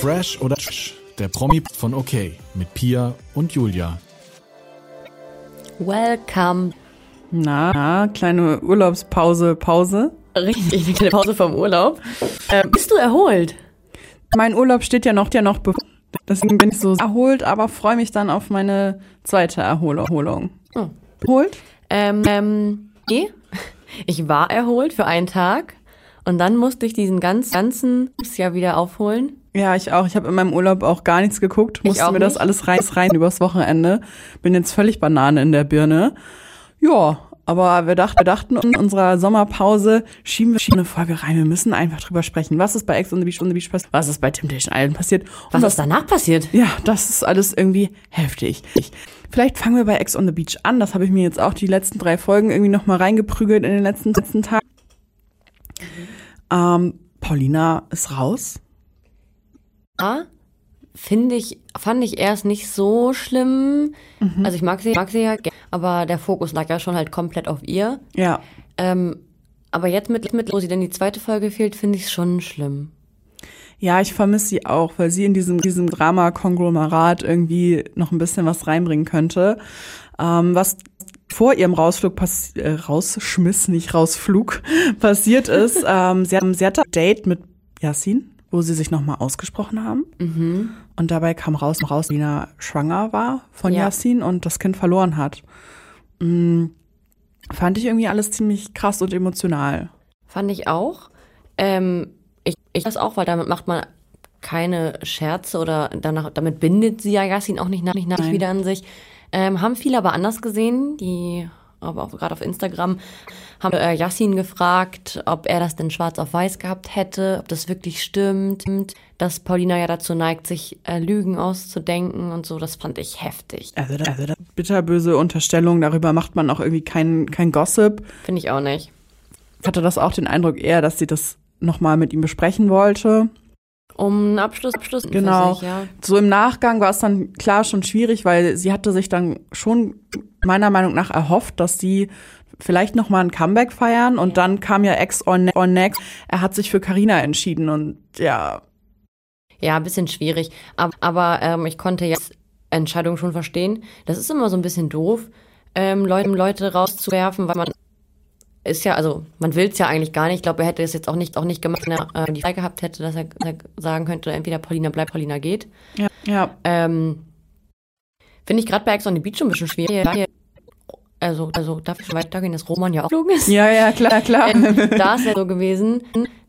Fresh oder Tsch, der Promi von OK mit Pia und Julia. Welcome. Na, na, kleine Urlaubspause, Pause. Richtig, eine kleine Pause vom Urlaub. Ähm, bist du erholt? Mein Urlaub steht ja noch, ja noch bevor. Deswegen bin ich so erholt, aber freue mich dann auf meine zweite Erhol- Erholung. Oh. Erholt? Ähm, ähm, nee. Ich war erholt für einen Tag und dann musste ich diesen ganz, ganzen Jahr wieder aufholen. Ja, ich auch. Ich habe in meinem Urlaub auch gar nichts geguckt. Musste auch mir das nicht. alles rein, rein übers Wochenende. Bin jetzt völlig Banane in der Birne. Ja, aber wir, dacht, wir dachten, in unserer Sommerpause schieben wir schieben eine Folge rein. Wir müssen einfach drüber sprechen. Was ist bei Ex on the Beach, on the Beach passiert? Was ist bei Temptation Island passiert? Und Was ist danach passiert? Ja, das ist alles irgendwie heftig. Ich, vielleicht fangen wir bei Ex on the Beach an. Das habe ich mir jetzt auch die letzten drei Folgen irgendwie nochmal reingeprügelt in den letzten, letzten Tagen. Ähm, Paulina ist raus. Ja, finde ich, fand ich erst nicht so schlimm. Also ich mag sie, mag sie ja, ge- aber der Fokus lag ja schon halt komplett auf ihr. Ja. Ähm, aber jetzt mit, mit, wo sie denn die zweite Folge fehlt, finde ich es schon schlimm. Ja, ich vermisse sie auch, weil sie in diesem, diesem Drama-Konglomerat irgendwie noch ein bisschen was reinbringen könnte. Ähm, was vor ihrem Rausflug pass äh, rausschmiss, nicht Rausflug, passiert ist, ähm, sie, haben- sie hatte ein Date mit Yassin, wo sie sich nochmal ausgesprochen haben. Und dabei kam raus, raus, Lina schwanger war von Ja. Yassin und das Kind verloren hat. Mm, fand ich irgendwie alles ziemlich krass und emotional. Fand ich auch. Ähm, ich, ich das auch, weil damit macht man keine Scherze oder danach, damit bindet sie ja Yassin auch nicht, nach, nicht nach Nein. wieder an sich. Ähm, haben viele aber anders gesehen, die aber auch gerade auf Instagram haben äh, Yassin gefragt, ob er das denn schwarz auf weiß gehabt hätte, ob das wirklich stimmt, dass Paulina ja dazu neigt, sich äh, Lügen auszudenken und so. Das fand ich heftig. Also das, bitterböse Unterstellung, darüber macht man auch irgendwie kein, kein Gossip. Finde ich auch nicht. Ich hatte das auch den Eindruck eher, dass sie das nochmal mit ihm besprechen wollte. Um einen Abschluss, Abschluss für Genau. sich, ja. So im Nachgang war es dann klar schon schwierig, weil sie hatte sich dann schon meiner Meinung nach erhofft, dass sie vielleicht nochmal ein Comeback feiern und dann kam ja Ex on, Ne-, on Next. Er hat sich für Carina entschieden und ja, Ja, ein bisschen schwierig. Aber, aber ähm, ich konnte jetzt Entscheidung schon verstehen. Das ist immer so ein bisschen doof, ähm, Leuten Leute rauszuwerfen, weil man ist ja, also man will's ja eigentlich gar nicht. Ich glaube, er hätte es jetzt auch nicht, auch nicht gemacht, wenn er äh, die Frage gehabt hätte, dass er, dass er sagen könnte, entweder Paulina bleibt, Paulina geht. ja, ja. Ähm, Finde ich gerade bei Ex on the Beach schon ein bisschen schwierig. Hier- Also, also darf ich schon weitergehen, dass Roman ja auch geflogen ist? Ja, ja, klar, klar. Ähm, da ist ja so gewesen,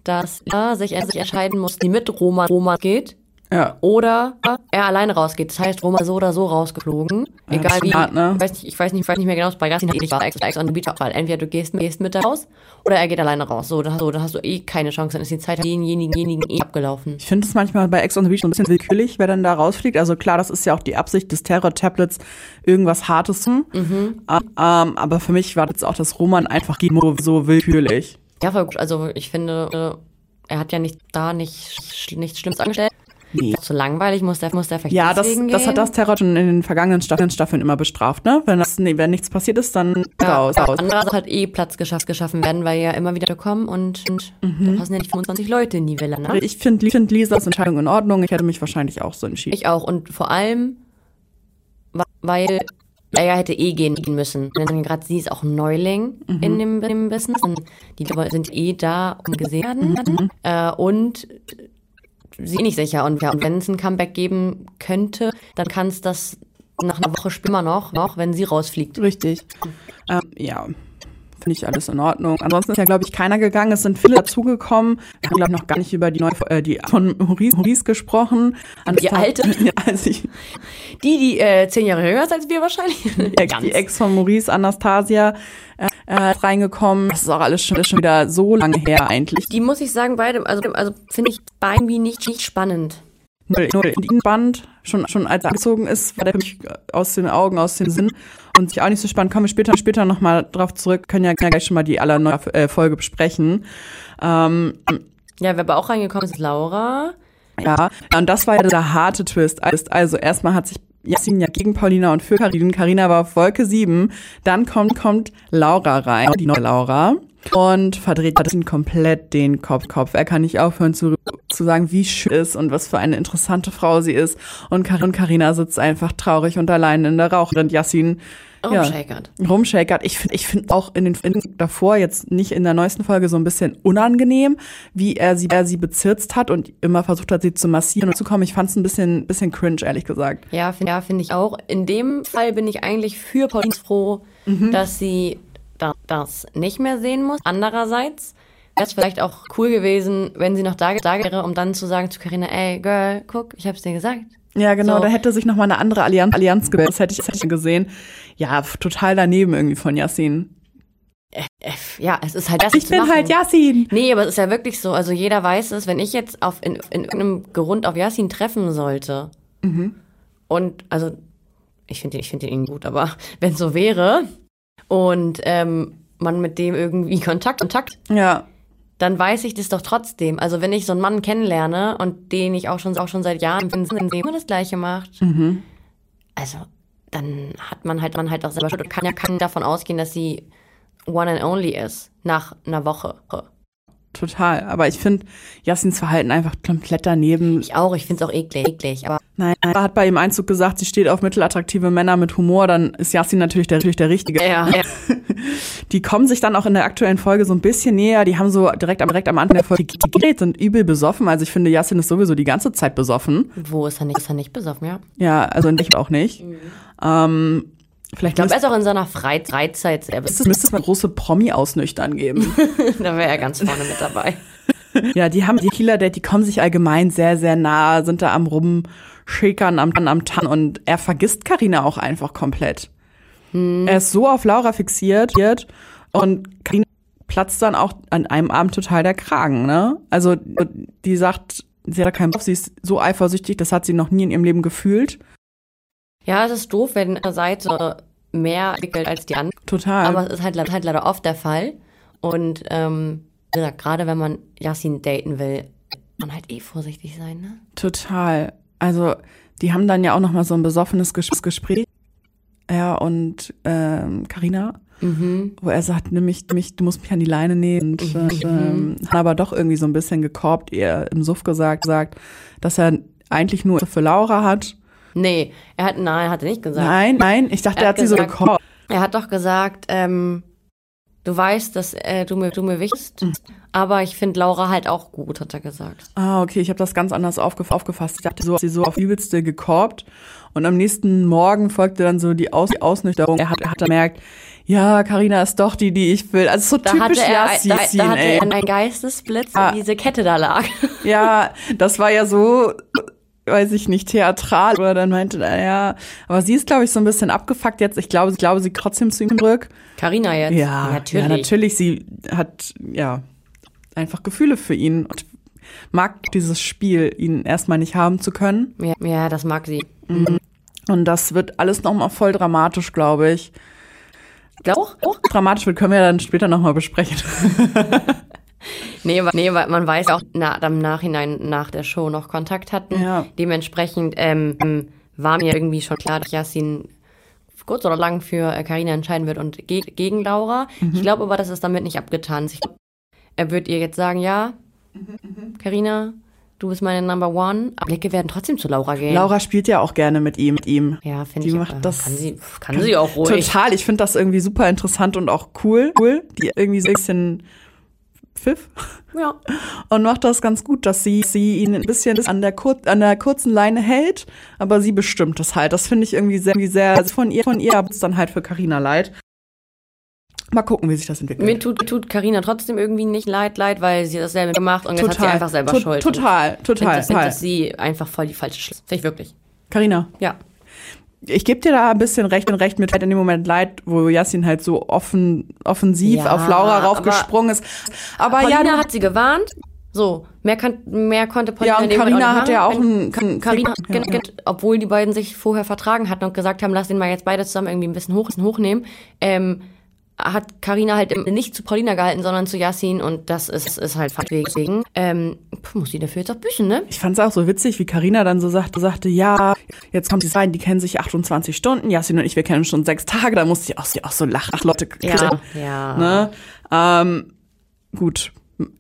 dass er sich, er sich entscheiden muss, die mit Roman, Roman geht ja. oder er alleine rausgeht. Das heißt, Roma ist so oder so rausgeflogen. Ja, Egal wie. smart, ne? Ich weiß nicht, ich weiß nicht, ich weiß nicht mehr genau, was bei Yassin ich war Ex, Ex on the Beach Abfall. Entweder du gehst, gehst mit raus oder er geht alleine raus. So, da, so, da hast du eh keine Chance. Dann ist die Zeit denjenigen, denjenigen eh abgelaufen. Ich finde es manchmal bei Ex on the Beach so ein bisschen willkürlich, wer dann da rausfliegt. Also klar, das ist ja auch die Absicht des Terror-Tablets, irgendwas Hartes. zu. Mhm. Ah, Ähm, aber für mich war jetzt auch das Roman einfach gegen Moro so willkürlich. Ja, voll gut. Also ich finde, äh, er hat ja nicht da nicht, sch- nichts Schlimmes angestellt. Nee. Zu langweilig muss der, muss der vielleicht Ja, das, deswegen das gehen. hat das Terror schon in den vergangenen Staffeln, Staffeln immer bestraft, ne? Wenn, das, nee, wenn nichts passiert ist, dann Ja, raus. raus. Andererseits hat eh Platz geschafft, geschaffen werden, weil ja immer wieder kommen und, und da passen ja nicht 25 Leute in die Villa, ne? Mhm. Also Ich finde find Lisas Entscheidung in Ordnung. Ich hätte mich wahrscheinlich auch so entschieden. Ich auch. Und vor allem, wa- weil er ja hätte eh gehen gehen müssen. Denn gerade sie ist auch ein Neuling in dem, in dem Business. Und die Leute sind eh da, um gesehen werden. Äh, und sie ist eh nicht sicher. Und, ja, und wenn es ein Comeback geben könnte, dann kann es das nach einer Woche später noch, noch, wenn sie rausfliegt. Richtig. Ähm, ja, finde ich alles in Ordnung. Ansonsten ist ja, glaube ich, keiner gegangen. Es sind viele dazugekommen. Wir haben, glaube ich, noch gar nicht über die neue, äh, die von Maurice, Maurice gesprochen. Die alte? Ja, also ich, Die, die äh, zehn Jahre höher ist als wir wahrscheinlich. die Ex- äh, die Ex von Maurice, Anastasia, äh, äh, ist reingekommen. Das ist auch alles schon, ist schon wieder so lange her eigentlich. Die muss ich sagen, beide, also, also finde ich beide irgendwie nicht, nicht spannend. Null, null. Und ihn Band, schon, schon als er angezogen ist, war der für mich äh, aus den Augen, aus dem Sinn. Und sich auch nicht so spannend. Kommen wir später, später nochmal drauf zurück. Können ja, ja gleich schon mal die allerneue äh, Folge besprechen. Ja, wer aber auch reingekommen ist, ist Laura. Ja, und das war ja der harte Twist. Also erstmal hat sich Yassin ja gegen Paulina und für Karin. Karina war auf Wolke 7. Dann kommt, kommt Laura rein, die neue Laura. und verdreht ihn komplett den Kopf. Kopf. Er kann nicht aufhören zu, zu sagen, wie schön es ist und was für eine interessante Frau sie ist. Und Karin Karina sitzt einfach traurig und allein in der Rauch. Und Yassin Oh, Rumschäkert. Ja, rumschäkert. Ich finde ich find auch in den in, davor, jetzt nicht in der neuesten Folge, so ein bisschen unangenehm, wie er sie, er sie bezirzt hat und immer versucht hat, sie zu massieren und zu kommen. Ich fand es ein bisschen, bisschen cringe, ehrlich gesagt. Ja, finde ja, find ich auch. In dem Fall bin ich eigentlich für Pauline froh, Mhm. dass sie da, das nicht mehr sehen muss. Andererseits wäre es vielleicht auch cool gewesen, wenn sie noch da, ge- da wäre, um dann zu sagen zu Carina, ey, Girl, guck, ich hab's dir gesagt. Ja, genau, So. da hätte sich nochmal eine andere Allianz, Allianz gebildet. Das hätte ich, das hätte ich gesehen. Ja, pf, total daneben irgendwie von Yassin. Äh, Ja, es ist halt das Ich zu bin machen. halt Yassin. Nee, aber es ist ja wirklich so. Also jeder weiß es, wenn ich jetzt auf in, in irgendeinem Grund auf Yasin treffen sollte. Mhm. Und also ich finde ich finde ihn gut, aber wenn so wäre und ähm, man mit dem irgendwie Kontakt Kontakt, Ja, dann weiß ich das doch trotzdem. Also wenn ich so einen Mann kennenlerne und den ich auch schon auch schon seit Jahren bin, wenn der immer das Gleiche macht, also dann hat man halt man halt auch selber Schuld und kann ja kann davon ausgehen, dass sie one and only ist nach einer Woche. total. Aber ich finde Yassins Verhalten einfach komplett daneben. Ich auch, ich find's auch eklig, eklig, aber Nein, er hat bei ihrem Einzug gesagt, sie steht auf mittelattraktive Männer mit Humor, dann ist Yassin natürlich der, natürlich der Richtige. ja, ja. Die kommen sich dann auch in der aktuellen Folge so ein bisschen näher. Die haben so direkt, am- direkt am Anfang der Folge geredet, sind übel besoffen. Also ich finde, Yassin ist sowieso die ganze Zeit besoffen. wo ist er nicht, ist er nicht besoffen, ja? Ja, also in echt auch nicht. Ähm, vielleicht Ich glaube, er müsste, ist auch in seiner Frei- Freizeit sehr es müsste es mal große Promi-Ausnüchtern geben. Da wäre er ganz vorne mit dabei. ja, die haben die Kieler Date, die kommen sich allgemein sehr, sehr nah, sind da am Rumschäkern, am, am Tan und er vergisst Karina auch einfach komplett. Er ist so auf Laura fixiert und Karina platzt dann auch an einem Abend total der Kragen, ne? Also die sagt, sie hat da keinen Bock, sie ist so eifersüchtig, das hat sie noch nie in ihrem Leben gefühlt. Ja, es ist doof, wenn eine Seite mehr entwickelt als die andere. Total. Aber es ist halt, le- halt leider oft der Fall. Und ähm, wie gesagt, gerade wenn man Yassin daten will, man halt eh vorsichtig sein, ne? Total. Also die haben dann ja auch noch mal so ein besoffenes Ges Gespräch. Er und ähm, Carina, Mhm. wo er sagt, nimm mich, mich, du musst mich an die Leine nehmen. Und, ähm, hat aber doch irgendwie so ein bisschen gekorbt, ihr im Suff gesagt, sagt, dass er eigentlich nur für Laura hat. Nee, er hat, nein, er hat nicht gesagt. Nein, nein, ich dachte, Er er hat hat, sie so gesagt- gekorbt. Er hat doch gesagt, ähm, du weißt, dass äh, du, mir, du mir wichtig bist, aber ich finde Laura halt auch gut, hat er gesagt. Ah, okay, ich habe das ganz anders aufgef aufgefasst. Ich dachte, so hat sie so auf übelste gekorbt. Und am nächsten Morgen folgte dann so die, Aus die Ausnüchterung. Er hat, er hat gemerkt, ja, Karina ist doch die, die ich will. Also so Da typisch hatte er, ein- Yassin, da, da hatte ey. er einen Geistesblitz, Ah. wie diese Kette da lag. Ja, das war ja so, weiß ich nicht, theatral. Oder dann meinte er, ja, aber sie ist, glaube ich, so ein bisschen abgefuckt jetzt. Ich glaube, ich glaube, sie trotzdem zu ihm zurück. Carina jetzt. Ja, natürlich. Ja, natürlich, sie hat ja einfach Gefühle für ihn und mag dieses Spiel, ihn erstmal nicht haben zu können. Ja, ja, das mag sie. Und das wird alles nochmal voll dramatisch, glaube ich. Glaub auch? Dramatisch wird, können wir ja dann später nochmal besprechen. Nee, weil, nee, weil man weiß auch, na, am Nachhinein nach der Show noch Kontakt hatten. Ja. Dementsprechend ähm, ähm, war mir irgendwie schon klar, dass Yassin kurz oder lang für äh, Carina entscheiden wird und ge gegen Laura. Mhm. Ich glaube aber, dass es damit nicht abgetan ist. Ich glaub, er wird ihr jetzt sagen, ja, Carina, du bist meine Number One. Aber Blicke werden trotzdem zu Laura gehen. Laura spielt ja auch gerne mit ihm. Mit ihm. ja, finde die ich. macht äh, das kann sie, kann, sie auch ruhig. Total, ich finde das irgendwie super interessant und auch cool. Cool, die irgendwie so ein bisschen pfiff Ja. und macht das ganz gut, dass sie, sie ihn ein bisschen an der, kur an der kurzen Leine hält, aber sie bestimmt das halt. Das finde ich irgendwie sehr, irgendwie sehr also von ihr, von ihr es dann halt für Karina leid. Mal gucken, wie sich das entwickelt. Mir tut tut Carina trotzdem irgendwie nicht leid, leid, weil sie das selber gemacht und jetzt hat sie einfach selber to- Schuld. Total, Total. total, Dass, dass total. sie einfach voll die falsche Schlüsse. Finde ich wirklich. Karina, Ja. ich gebe dir da ein bisschen recht und recht mit in dem Moment leid, wo Yassin halt so offen, offensiv Ja, auf Laura aber- raufgesprungen ist. Aber Paulina ja, du- hat sie gewarnt. So, mehr, kann, mehr konnte ja, Paulina und in dem Moment Karina hat machen, ja auch wenn einen, einen Carina, ja, gen- gen- obwohl die beiden sich vorher vertragen hatten und gesagt haben, lass den mal jetzt beide zusammen irgendwie ein bisschen hoch, bisschen hochnehmen, ähm, hat Karina halt im- nicht zu Paulina gehalten, sondern zu Yassin und das ist, ist halt falsch. Deswegen ähm, pf, muss sie dafür jetzt auch büßen, ne? Ich fand es auch so witzig, wie Karina dann so sagte, sagte, ja, jetzt kommt die rein, die kennen sich 28 Stunden, Yassin und ich, wir kennen uns schon sechs Tage, da musste ich auch, so- auch so lachen. Ach, Leute, Ja, ja. Ne? Ähm, gut.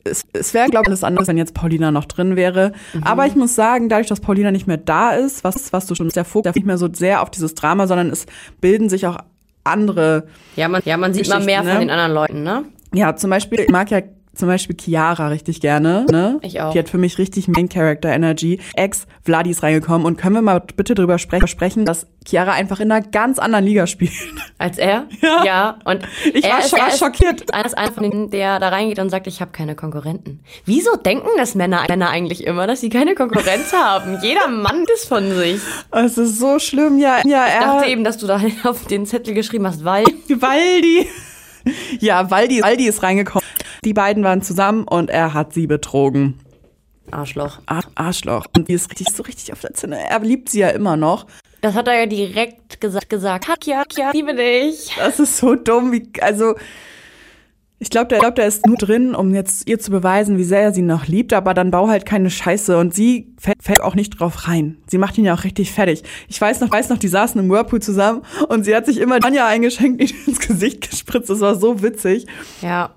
Es, es wäre, glaube ich, alles anders, wenn jetzt Paulina noch drin wäre. Mhm. Aber ich muss sagen, dadurch, dass Paulina nicht mehr da ist, was, was du schon, ist der Fokus nicht mehr so sehr auf dieses Drama, sondern es bilden sich auch andere Ja, man, ja, man sieht mal Geschichten, mehr von ne? den anderen Leuten, ne? Ja, zum Beispiel, ich mag ja zum Beispiel Chiara richtig gerne. Ne? Ich auch. Die hat für mich richtig Main Character Energy. Ex Vladi ist reingekommen und können wir mal bitte drüber spre sprechen, dass Chiara einfach in einer ganz anderen Liga spielt. Als er? Ja. und Ich er war ist, schon er ist schockiert. Einer ist einer von denen, der da reingeht und sagt, ich habe keine Konkurrenten. Wieso denken das Männer, Männer eigentlich immer, dass sie keine Konkurrenz haben? Jeder Mann ist von sich. Es ist so schlimm, ja, ja, Ich er. dachte eh eben, dass du da auf den Zettel geschrieben hast, weil Waldi. Ja, Waldi, Waldi ist reingekommen. Die beiden waren zusammen und er hat sie betrogen. Arschloch. Ar Arschloch. Und die ist richtig, so richtig auf der Zinne. Er liebt sie ja immer noch. Das hat er ja direkt gesagt, gesagt. Hack, ja, ja, liebe dich. Das ist so dumm, wie, also, ich glaube, der, glaub, der ist nur drin, um jetzt ihr zu beweisen, wie sehr er sie noch liebt, aber dann bau halt keine Scheiße und sie fällt, fällt auch nicht drauf rein. Sie macht ihn ja auch richtig fertig. Ich weiß noch, weiß noch, die saßen im Whirlpool zusammen und sie hat sich immer Tanja eingeschenkt, ihn ins Gesicht gespritzt. Das war so witzig. Ja,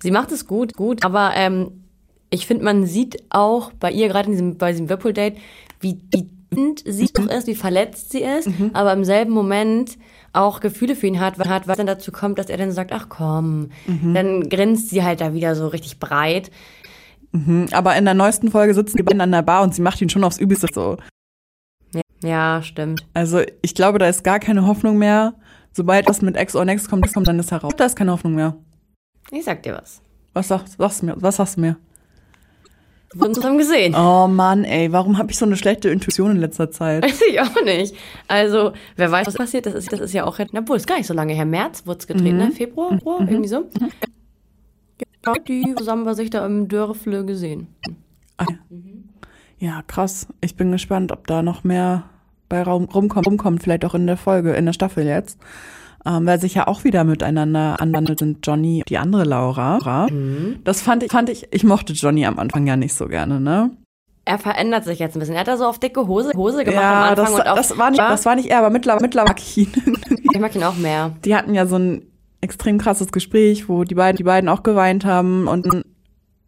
sie macht es gut, gut, aber ähm, ich finde, man sieht auch bei ihr, gerade in diesem, bei diesem Whirlpool-Date, wie die wütend sie doch ist, wie verletzt sie ist, aber im selben Moment auch Gefühle für ihn hat, weil, hat, weil es dann dazu kommt, dass er dann sagt, ach komm, dann grinst sie halt da wieder so richtig breit. Aber in der neuesten Folge sitzen die beiden an der Bar und sie macht ihn schon aufs Übelste so. Ja, stimmt. Also, ich glaube, da ist gar keine Hoffnung mehr. Sobald was mit Ex or Next kommt, kommt dann ist heraus. Da ist keine Hoffnung mehr. Ich sag dir was. Was sagst, sagst du mir? Was sagst du mir? Wir haben uns zusammen gesehen. Oh Mann, ey, warum habe ich so eine schlechte Intuition in letzter Zeit? Weiß ich auch nicht. Also, wer weiß, was passiert, das ist, das ist ja auch, jetzt- na wohl, ist gar nicht so lange her. März wurde es gedreht, Mhm. ne? Februar, Februar irgendwie so. Ja, die zusammen bei sich da im Dörfle gesehen. Ah, ja. Ja, krass. Ich bin gespannt, ob da noch mehr bei Raum rumkommt, rumkommt vielleicht auch in der Folge, in der Staffel jetzt. Ähm, weil sich ja auch wieder miteinander anwandelt sind Johnny und die andere Laura. Das fand ich, fand ich, ich mochte Johnny am Anfang ja nicht so gerne, ne? Er verändert sich jetzt ein bisschen. Er hat da so auf dicke Hose, Hose gemacht am Anfang das, und auch. das, war nicht, das war nicht er, aber mittlerweile, mittlerweile ich mag ihn auch mehr. die hatten ja so ein extrem krasses Gespräch, wo die beiden, die beiden auch geweint haben und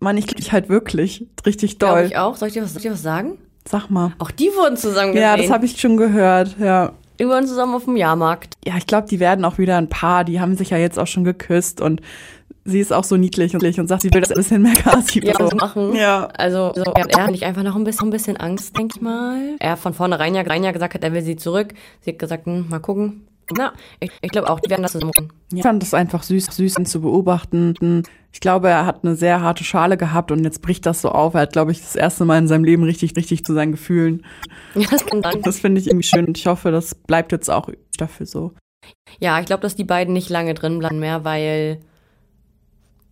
Mann, ich liebe dich halt wirklich richtig Glaube doll. ich auch. Soll ich, dir was, soll ich dir was sagen? Sag mal. Auch die wurden zusammen gesehen. Ja, das habe ich schon gehört, ja. Die wurden zusammen auf dem Jahrmarkt. Ja, ich glaube, die werden auch wieder ein Paar, die haben sich ja jetzt auch schon geküsst und sie ist auch so niedlich und, und sagt, sie will das ein bisschen mehr Gas geben. Ja, so. so machen. Ja. Also, so, er, er hat nicht einfach noch ein bisschen, ein bisschen Angst, denke ich mal. Er von vornherein ja, rein ja gesagt hat, er will sie zurück. Sie hat gesagt, hm, mal gucken. Na, ich, ich glaube auch, die werden das zusammen. machen. Ich fand es einfach süß, süß ihn zu beobachten. Ich glaube, er hat eine sehr harte Schale gehabt und jetzt bricht das so auf. Er hat, glaube ich, das erste Mal in seinem Leben richtig, richtig zu seinen Gefühlen. Ja, das kann sein. Das finde ich irgendwie schön und ich hoffe, das bleibt jetzt auch dafür so. Ja, ich glaube, dass die beiden nicht lange drin bleiben mehr, weil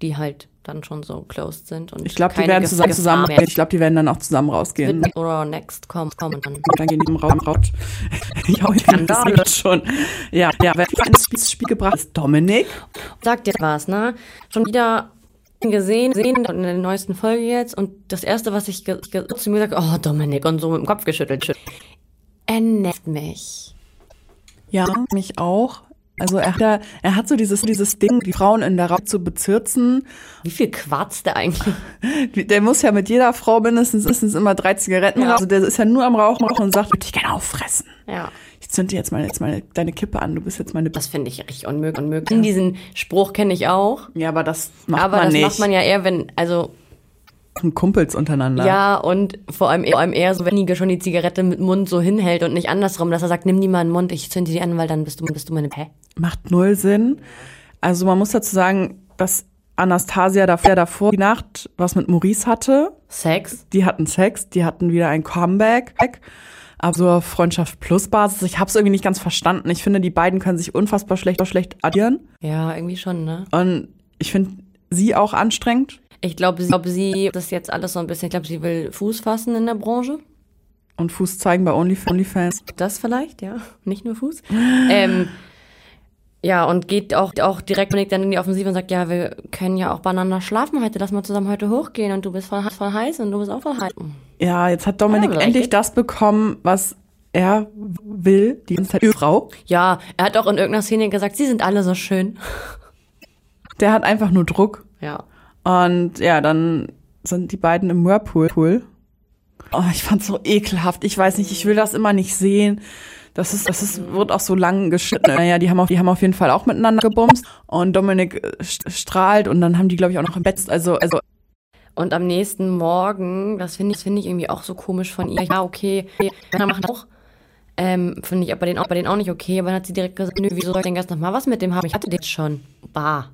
die halt dann schon so closed sind. Und Ich glaube, die keine werden Gef- zusammen, Gefahr zusammen mehr. ich glaube, die werden dann auch zusammen rausgehen. Wird Oder next kommen, kommen dann. Und dann gehen die im Raum raus. ja, ich kann das Skandale. nicht schon. Ja, ja, wer ins Spiel- ins Spiel gebracht ist, Dominik. Sagt dir was, ne? Schon wieder gesehen, gesehen in der neuesten Folge jetzt. Und das Erste, was ich ge- ge- zu mir sage, oh, Dominik, und so mit dem Kopf geschüttelt. schüttelt. Er nervt mich. Ja, mich auch. Also er hat, ja- er hat so dieses, dieses Ding, die Frauen in der Raum zu bezirzen. Wie viel quatscht der eigentlich? Wie- Der muss ja mit jeder Frau mindestens, mindestens immer drei Zigaretten Ja. rauchen. Also der ist ja nur am Rauchen rauchen und sagt, ich würde dich gerne auffressen. Ja. Ich zünd dir jetzt mal, jetzt mal deine Kippe an, du bist jetzt meine... Das finde ich richtig unmöglich. unmöglich. Diesen Spruch kenne ich auch. Ja, aber das macht aber man das nicht. macht man ja eher, wenn, also Kumpels untereinander. Ja, und vor allem, vor allem eher so, wenn Nige schon die Zigarette mit Mund so hinhält und nicht andersrum, dass er sagt, nimm die mal in den Mund, ich zünd dir die an, weil dann bist du, bist du meine Hä? macht null Sinn. Also man muss dazu sagen, dass Anastasia davor, davor die Nacht was mit Maurice hatte. Sex? Die hatten Sex, die hatten wieder ein Comeback. Aber so auf Freundschaft plus Basis, ich habe es irgendwie nicht ganz verstanden. Ich finde, die beiden können sich unfassbar schlecht, schlecht addieren. Ja, irgendwie schon, ne? Und ich finde sie auch anstrengend. Ich glaube, sie, glaub, sie, das ist jetzt alles so ein bisschen, ich glaube, sie will Fuß fassen in der Branche. Und Fuß zeigen bei Onlyf- OnlyFans. Das vielleicht, ja. Nicht nur Fuß. ähm, ja, und geht auch, auch direkt Dominik dann in die Offensive und sagt, ja, wir können ja auch beieinander schlafen heute, lass mal zusammen heute hochgehen und du bist voll, voll heiß und du bist auch voll heiß. Ja, jetzt hat Ah, Dominik like endlich it. das bekommen, was er will. Die ganze Zeit Frau. Ja, er hat auch in irgendeiner Szene gesagt, sie sind alle so schön. Der hat einfach nur Druck. Ja. Und ja, dann sind die beiden im Whirlpool. Oh, ich fand's so ekelhaft. Ich weiß nicht, ich will das immer nicht sehen. Das ist, das ist, wird auch so lang geschnitten. Naja, die haben, auf, die haben auf jeden Fall auch miteinander gebumst. Und Dominik äh, st- strahlt und dann haben die, glaube ich, auch noch im Bett. Also, also Und am nächsten Morgen, das finde ich, das finde ich irgendwie auch so komisch von ihr. Ja, okay, Männer machen das auch. Ähm, finde ich aber den, auch- bei denen auch nicht okay. Aber dann hat sie direkt gesagt, nö, wieso soll ich denn ganz nochmal was mit dem haben? Ich hatte den schon. Bah.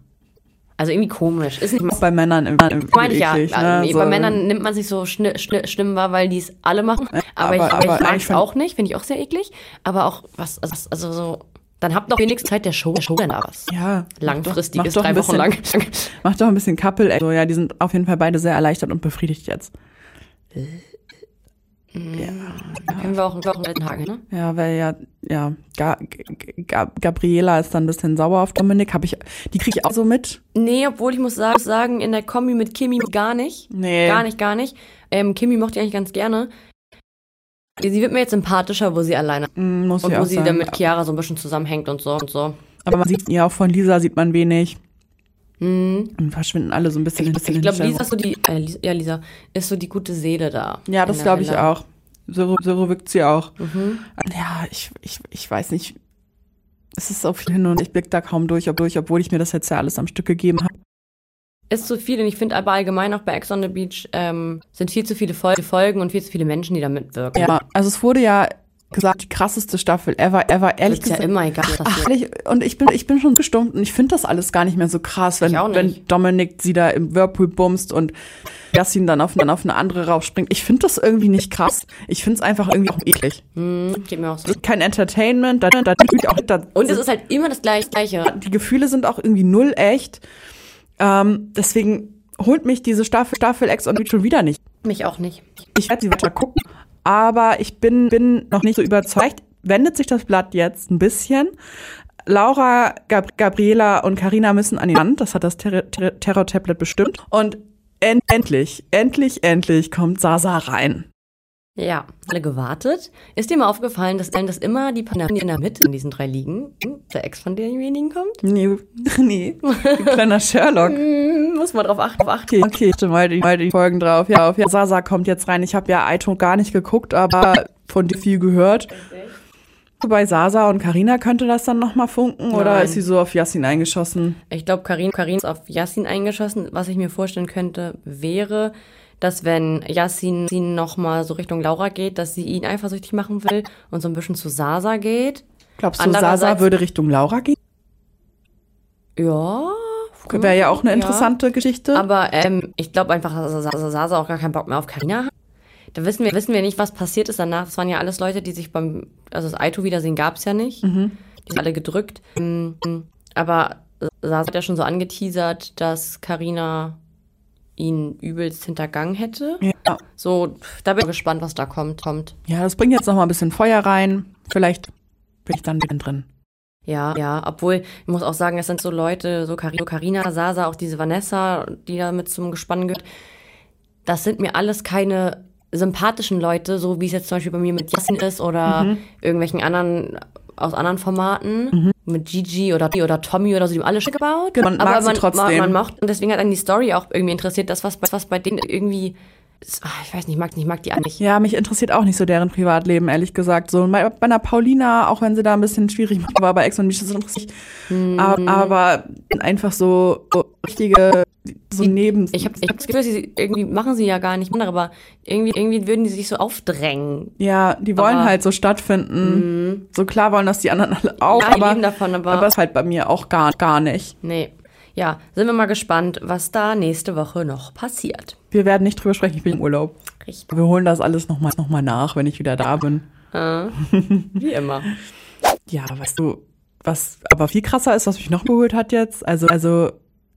Also irgendwie komisch. Ist nicht auch bei Männern im, im Meine ich ja. eklig, Also ne? Bei So. Männern nimmt man sich so schni- schni- schlimm wahr, weil die es alle machen. Aber, ich, aber- aber aber ich mag eigentlich es find- auch nicht, finde ich auch sehr eklig. Aber auch was, also, also so, dann habt doch wenigstens Zeit der Show, der Show denn da was. Ja. Langfristig Mach ist doch ein drei Wochen lang. bisschen- Macht doch ein bisschen Couple. Also, ja, die sind auf jeden Fall beide sehr erleichtert und befriedigt jetzt. Können wir auch, wir auch in Tagen, ne? Ja, weil ja, ja, Ga G- Ga Gabriela ist dann ein bisschen sauer auf Dominik. Hab ich, die kriege ich auch so mit. Nee, obwohl ich muss sa- sagen, in der Kombi mit Kimi gar nicht. Nee. Gar nicht, gar nicht. Ähm, Kimi mochte ich eigentlich ganz gerne. Sie wird mir jetzt sympathischer, wo sie alleine Mm, Muss und ich wo auch sie sagen. dann mit Chiara so ein bisschen zusammenhängt und so und so. Aber man sieht ja auch von Lisa sieht man wenig. Hm. Und verschwinden alle so ein bisschen. ein bisschen Ich glaube, in den Lisa ist so die, äh, Lisa, ja, Lisa, ist so die gute Seele da. Hintergrund. Ja, In das der glaube ich Villa. auch. So, so wirkt sie auch. Mhm. Ja, ich, ich, ich weiß nicht. Es ist so viel hin und ich blick da kaum durch, ob- durch, obwohl ich mir das jetzt ja alles am Stück gegeben habe. Ist zu viel und ich finde aber allgemein auch bei Ex on the Beach ähm, sind viel zu viele Fol Folgen und viel zu viele Menschen, die da mitwirken. Ja, also es wurde ja gesagt, die krasseste Staffel ever, ever. Ehrlich Ist ja gesagt, immer egal. was Ach, wir- ehrlich, und ich bin, ich bin schon gestummt und ich finde das alles gar nicht mehr so krass, wenn, Ich auch nicht. wenn Dominik sie da im Whirlpool bumst und Yassin dann auf, dann auf eine andere raufspringt. Ich finde das irgendwie nicht krass. Ich finde es einfach irgendwie auch eklig. Hm, geht mir auch so. Das ist kein Entertainment, da, da, auch, da, Und es ist halt immer das gleiche. gleiche. die Gefühle sind auch irgendwie null echt. Ähm, deswegen holt mich diese Staffel, Staffel X on Beach schon wieder nicht. Mich auch nicht. Ich werde sie weiter gucken, aber ich bin, bin noch nicht so überzeugt. Wendet sich das Blatt jetzt ein bisschen. Laura, Gab Gabriela und Karina müssen an die Hand. Das hat das Terror- Terror- Terror-Tablet bestimmt. Und en endlich, endlich, endlich kommt Sasa rein. Ja, alle gewartet. Ist dir mal aufgefallen, dass, dass immer die Partner die in der Mitte in diesen drei liegen, der Ex von demjenigen kommt? Nee, nee. Du kleiner Sherlock. Hm, muss man drauf achten. Drauf achten. Okay, okay, ich mal die, mal die Folgen drauf. Ja, auf ja. Sasa kommt jetzt rein. Ich habe ja iTunes gar nicht geguckt, aber von dir viel gehört. Bei Sasa und Karina könnte das dann nochmal funken oder Nein. ist sie so auf Yassin eingeschossen? Ich glaube, Karin, Karin ist auf Yassin eingeschossen. Was ich mir vorstellen könnte, wäre, dass wenn Yassin nochmal so Richtung Laura geht, dass sie ihn eifersüchtig machen will und so ein bisschen zu Sasa geht. Glaubst du, Andererseits- Sasa würde Richtung Laura gehen? Ja. Wäre ja auch eine interessante Geschichte. Aber ähm, ich glaube einfach, dass Sa- Sa- Sasa auch gar keinen Bock mehr auf Karina hat. Da wissen wir, wissen wir nicht, was passiert ist danach. Es waren ja alles Leute, die sich beim, also das Aito-Wiedersehen gab es ja nicht. Die sind alle gedrückt. Ähm, Aber Sasa hat ja schon so angeteasert, dass Karina ihn übelst hintergangen hätte. ja. So, da bin ich gespannt, was da kommt. kommt. ja, das bringt jetzt nochmal ein bisschen Feuer rein. Vielleicht bin ich dann wieder drin. Ja, ja, obwohl, ich muss auch sagen, es sind so Leute, so Cari- so Carina, Sasa, auch diese Vanessa, die da mit zum Gespann gehört. Das sind mir alles keine sympathischen Leute, so wie es jetzt zum Beispiel bei mir mit Jessin ist oder Mhm. irgendwelchen anderen aus anderen Formaten, mit Gigi oder, oder Tommy oder so, die haben alle Shit gebaut. Genau, man mag sie trotzdem. Man, man mocht, und deswegen hat einen die Story auch irgendwie interessiert, das, was, bei- was bei denen irgendwie, ah, ich weiß nicht, ich mag, ich mag die alle nicht. Ja, mich interessiert auch nicht so deren Privatleben, ehrlich gesagt. So bei, bei einer Paulina, auch wenn sie da ein bisschen schwierig war bei Ex und Beach, das interessiert Hm. mich. Aber, aber einfach so, so richtige, so neben. Ich habe ich hab das Gefühl, sie irgendwie machen sie ja gar nicht mehr, aber irgendwie, irgendwie würden die sich so aufdrängen. ja, die wollen aber- Hm. halt so stattfinden. So klar wollen das die anderen alle auch, Ja, die aber, leben davon, aber- aber ist halt bei mir auch gar, gar nicht. Nee. Ja, sind wir mal gespannt, was da nächste Woche noch passiert. Wir werden nicht drüber sprechen, ich bin im Urlaub. Richtig. Wir holen das alles nochmal noch mal nach, wenn ich wieder da bin. Wie immer. Ja, weißt du, was aber viel krasser ist, was mich noch geholt hat jetzt, also, also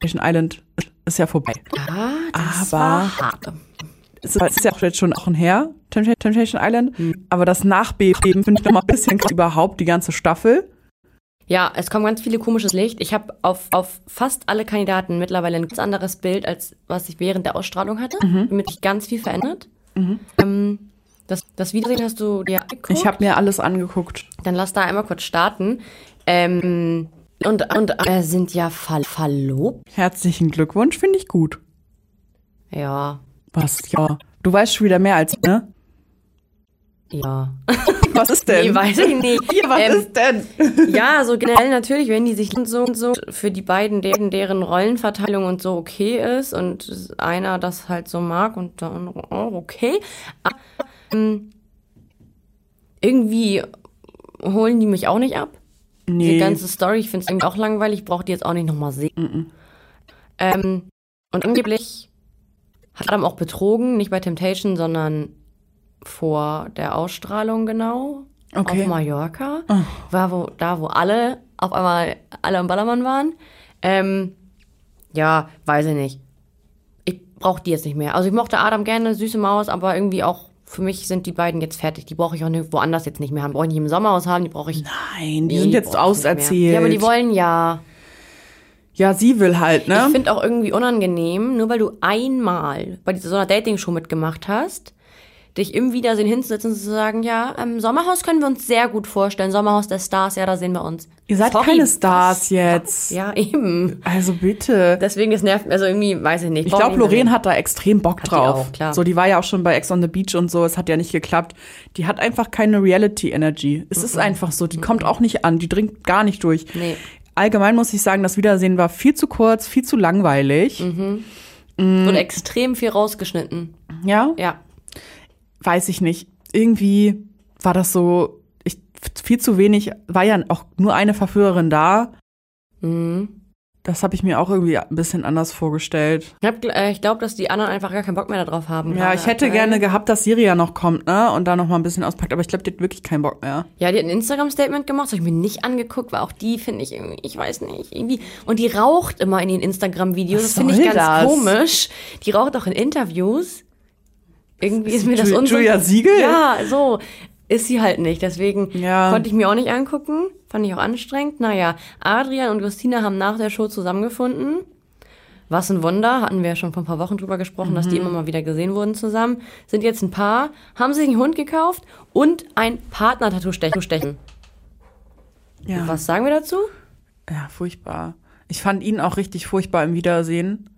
Asian Island ist ja vorbei. Ah, das Aber- war hart. es ist- es ist ja auch jetzt schon auch ein Herr, Tempt- Temptation Island. Hm. Aber das Nachbeben finde ich nochmal ein bisschen krass. Überhaupt die ganze Staffel. Ja, es kommt ganz viele komisches Licht. Ich habe auf, auf fast alle Kandidaten mittlerweile ein ganz anderes Bild, als was ich während der Ausstrahlung hatte, Mhm. damit sich ganz viel verändert. Ähm, das, das Wiedersehen hast du dir angeguckt? Ich habe mir alles angeguckt. Dann lass da einmal kurz starten. Ähm, Und, und äh, sind ja ver verlobt. Herzlichen Glückwunsch, finde ich gut. Ja, Was, ja. Du weißt schon wieder mehr als, ne? ja. Was ist denn? Nee, weiß ich nicht. Hier, Ähm. was Ähm, ist denn? Ja, so generell natürlich, wenn die sich so und so für die beiden, deren, deren Rollenverteilung und so okay ist und einer das halt so mag und der andere auch okay. Aber, ähm, irgendwie holen die mich auch nicht ab. Die Nee. ganze Story, ich finde es irgendwie auch langweilig, ich brauche die jetzt auch nicht nochmal sehen. Ähm, und angeblich hat Adam auch betrogen, nicht bei Temptation, sondern vor der Ausstrahlung genau. Okay. Ah. Auf Mallorca. War wo, da, wo alle auf einmal alle am Ballermann waren. Ähm, ja, weiß ich nicht. Ich brauche die jetzt nicht mehr. Also ich mochte Adam gerne, süße Maus, aber irgendwie auch für mich sind die beiden jetzt fertig. Die brauche ich auch nirgendwo anders jetzt nicht mehr haben. Brauche ich nicht im Sommerhaus haben, die brauche ich. Nein, die Nee, sind jetzt brauche ich nicht mehr. auserzählt. Ja, aber die wollen ja. Ja, sie will halt, Ich ne? finde auch irgendwie unangenehm, nur weil du einmal bei dieser so einer Dating-Show mitgemacht hast, dich im Wiedersehen hinzusetzen und zu sagen, ja, ähm, Sommerhaus können wir uns sehr gut vorstellen. Sommerhaus der Stars, ja, da sehen wir uns. Ihr seid Sorry, keine was? Stars jetzt. Ja, eben. Also bitte. Deswegen, das nervt, also irgendwie, weiß ich nicht. Ich glaube, Lorraine hat da extrem Bock Hat die drauf. auch, klar. So, die war ja auch schon bei Ex on the Beach und so, es hat ja nicht geklappt. Die hat einfach keine Reality-Energy. Es ist einfach so, die kommt auch nicht an, die dringt gar nicht durch. Nee. Allgemein muss ich sagen, das Wiedersehen war viel zu kurz, viel zu langweilig. Mm. Wurde Mhm. extrem viel rausgeschnitten. Ja? Mm. Ja. weiß ich nicht. Irgendwie war das so, ich, viel zu wenig, war ja auch nur eine Verführerin da. Mhm. Das habe ich mir auch irgendwie ein bisschen anders vorgestellt. Ich, hab gl- äh, ich glaube, dass die anderen einfach gar keinen Bock mehr darauf haben. Ja, gerade ich hätte aktuell. gerne gehabt, dass Siria noch kommt, ne? Und da noch mal ein bisschen auspackt, aber ich glaube, die hat wirklich keinen Bock mehr. Ja, die hat ein Instagram-Statement gemacht, das habe ich mir nicht angeguckt, weil auch die finde ich irgendwie, ich weiß nicht, irgendwie. Und die raucht immer in den Instagram-Videos. Was Das finde ich soll ganz das? komisch. Die raucht auch in Interviews. Irgendwie ist mir das Ju- unsympathisch. Julia Siegel? Ja, so ist sie halt nicht. Deswegen Ja. konnte ich mir auch nicht angucken. Fand ich auch anstrengend. Naja, Adrian und Christina haben nach der Show zusammengefunden. Was ein Wunder, hatten wir ja schon vor ein paar Wochen drüber gesprochen, dass Mhm. die immer mal wieder gesehen wurden zusammen. Sind jetzt ein Paar, haben sich einen Hund gekauft und ein Partner-Tattoo stechen- stechen. Ja, Was sagen wir dazu? ja furchtbar. Ich fand ihn auch richtig furchtbar im Wiedersehen.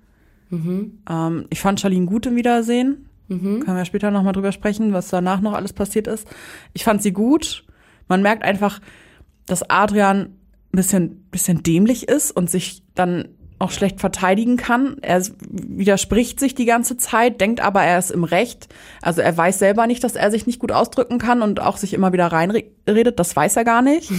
Ähm, ich fand Charlene gut im Wiedersehen. Können wir später nochmal drüber sprechen, was danach noch alles passiert ist. Ich fand sie gut. Man merkt einfach, dass Adrian ein bisschen, bisschen dämlich ist und sich dann auch schlecht verteidigen kann. Er s- widerspricht sich die ganze Zeit, denkt aber, er ist im Recht. Also er weiß selber nicht, dass er sich nicht gut ausdrücken kann und auch sich immer wieder reinredet. Das weiß er gar nicht.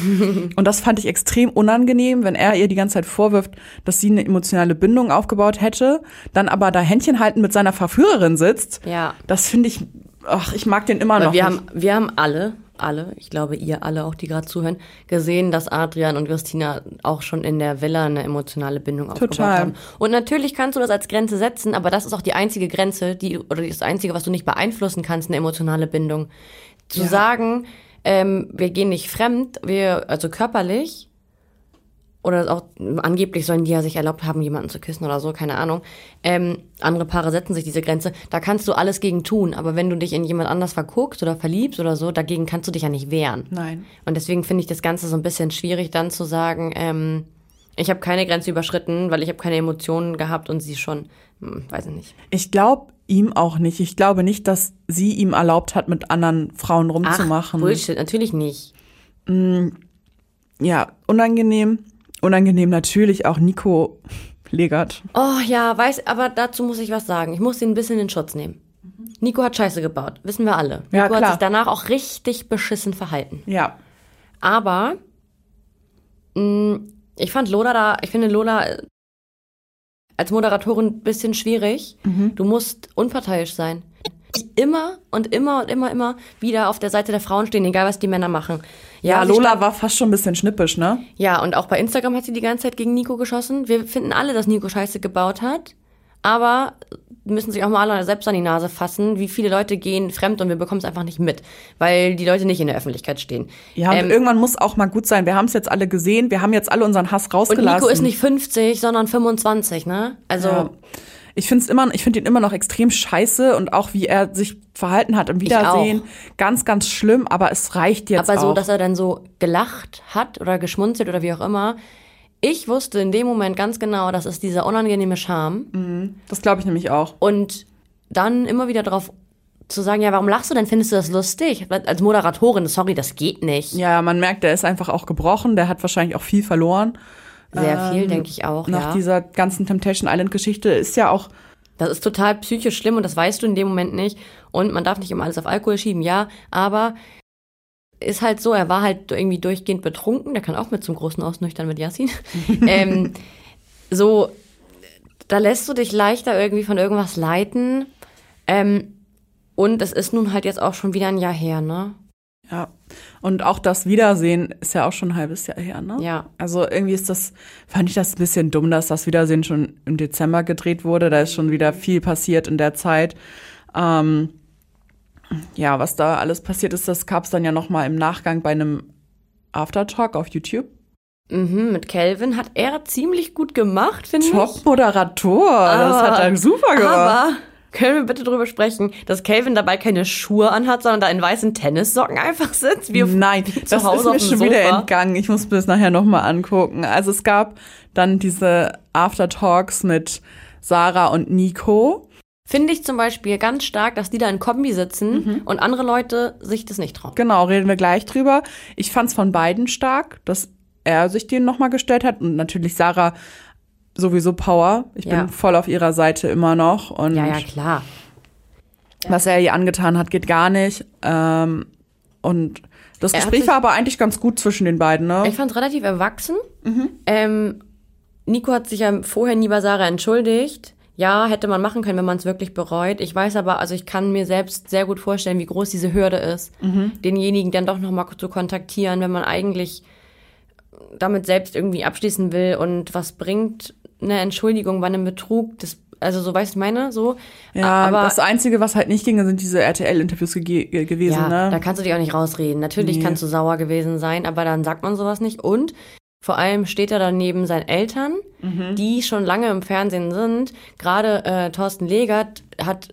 und das fand ich extrem unangenehm, wenn er ihr die ganze Zeit vorwirft, dass sie eine emotionale Bindung aufgebaut hätte, dann aber da Händchen halten mit seiner Verführerin sitzt. Ja. Das finde ich, ach, ich mag den immer Weil noch wir nicht. haben, wir haben alle, alle, ich glaube ihr alle auch, die gerade zuhören, gesehen, dass Adrian und Christina auch schon in der Villa eine emotionale Bindung aufgebaut Total. haben. Und natürlich kannst du das als Grenze setzen, aber das ist auch die einzige Grenze, die oder das einzige, was du nicht beeinflussen kannst, eine emotionale Bindung. Zu sagen, ähm, wir gehen nicht fremd, wir also körperlich oder auch angeblich sollen die ja sich erlaubt haben, jemanden zu küssen oder so, keine Ahnung. Ähm, andere Paare setzen sich diese Grenze. Da kannst du alles gegen tun, aber wenn du dich in jemand anders verguckst oder verliebst oder so, dagegen kannst du dich ja nicht wehren. Nein. Und deswegen finde ich das Ganze so ein bisschen schwierig, dann zu sagen, ähm, ich habe keine Grenze überschritten, weil ich habe keine Emotionen gehabt und sie schon, hm, weiß ich nicht. Ich glaube ihm auch nicht. Ich glaube nicht, dass sie ihm erlaubt hat, mit anderen Frauen rumzumachen. Bullshit, natürlich nicht. Ja, unangenehm. Unangenehm natürlich auch Nico Legert. Oh ja, weiß, aber dazu muss ich was sagen. Ich muss den ein bisschen in Schutz nehmen. Nico hat Scheiße gebaut, wissen wir alle. Ja, Nico klar. hat sich danach auch richtig beschissen verhalten. Ja. Aber mh, ich fand Lola da, ich finde Lola äh, als Moderatorin ein bisschen schwierig. Mhm. Du musst unparteiisch sein. Die Immer und immer und immer, immer wieder auf der Seite der Frauen stehen, egal was die Männer machen. Ja, sie Lola war fast schon ein bisschen schnippisch, ne? ja, und auch bei Instagram hat sie die ganze Zeit gegen Nico geschossen. Wir finden alle, dass Nico Scheiße gebaut hat. Aber müssen sich auch mal alle selbst an die Nase fassen, wie viele Leute gehen fremd und wir bekommen es einfach nicht mit, weil die Leute nicht in der Öffentlichkeit stehen. Ja, Ähm, und irgendwann muss auch mal gut sein. Wir haben es jetzt alle gesehen. Wir haben jetzt alle unseren Hass und rausgelassen. Nico ist nicht 50, sondern 25, ne? Also, Ja. Ich finde immer, ich finde ihn immer noch extrem scheiße und auch wie er sich verhalten hat im Wiedersehen. Ganz, ganz schlimm, aber es reicht jetzt aber so, auch. dass er dann so gelacht hat oder geschmunzelt oder wie auch immer, Ich wusste in dem Moment ganz genau, das ist dieser unangenehme Charme. Das glaube ich nämlich auch. Und dann immer wieder drauf zu sagen, ja, warum lachst du denn? Findest du das lustig? Als Moderatorin, sorry, das geht nicht. Ja, man merkt, der ist einfach auch gebrochen, der hat wahrscheinlich auch viel verloren. Sehr viel, denke ich auch. ähm, Nach ja. dieser ganzen Temptation Island-Geschichte ist ja auch Das ist total psychisch schlimm und das weißt du in dem Moment nicht. Und man darf nicht immer alles auf Alkohol schieben, ja. Aber ist halt so, er war halt irgendwie durchgehend betrunken. Der kann auch mit zum großen Ausnüchtern mit Yassin. ähm, so, da lässt du dich leichter irgendwie von irgendwas leiten. Ähm, und es ist nun halt jetzt auch schon wieder ein Jahr her, ne? Ja. Und auch das Wiedersehen ist ja auch schon ein halbes Jahr her, ne? Ja. Also irgendwie ist das, fand ich das ein bisschen dumm, dass das Wiedersehen schon im Dezember gedreht wurde. Da ist schon wieder viel passiert in der Zeit. Ähm, ja, was da alles passiert ist, das gab's dann ja nochmal im Nachgang bei einem Aftertalk auf YouTube. Mhm, mit Calvin hat er ziemlich gut gemacht, finde ich. Top-Moderator, das hat er super gemacht. Ah, Aber können wir bitte drüber sprechen, dass Calvin dabei keine Schuhe anhat, sondern da in weißen Tennissocken einfach sitzt? Wie auf- Nein, wie das ist mir schon wieder entgangen. Ich muss mir das nachher nochmal angucken. Also es gab dann diese Aftertalks mit Sarah und Nico. Finde ich zum Beispiel ganz stark, dass die da in Kombi sitzen Mhm. und andere Leute sich das nicht trauen. Genau, reden wir gleich drüber. Ich fand es von beiden stark, dass er sich den nochmal gestellt hat und natürlich Sarah sowieso Power. Ich Ja. bin voll auf ihrer Seite immer noch und Ja, ja, klar. was er ihr angetan hat, geht gar nicht. Ähm, und das Er hat Gespräch sich- war aber eigentlich ganz gut zwischen den beiden, ne? Ich fand es relativ erwachsen. Mhm. Ähm, Nico hat sich ja vorher nie bei Sarah entschuldigt. Ja, hätte man machen können, wenn man es wirklich bereut. Ich weiß aber, also ich kann mir selbst sehr gut vorstellen, wie groß diese Hürde ist, Mhm. denjenigen dann doch nochmal zu kontaktieren, wenn man eigentlich damit selbst irgendwie abschließen will. Und was bringt eine Entschuldigung bei einem Betrug? Das, also so, weißt du, ich meine, so. Ja, aber das Einzige, was halt nicht ging, sind diese RTL-Interviews ge gewesen, ja, ne? da kannst du dich auch nicht rausreden. Natürlich Nee. kannst du sauer gewesen sein, aber dann sagt man sowas nicht. Und vor allem steht er daneben seinen Eltern, Mhm. die schon lange im Fernsehen sind. Gerade äh, Thorsten Legert hat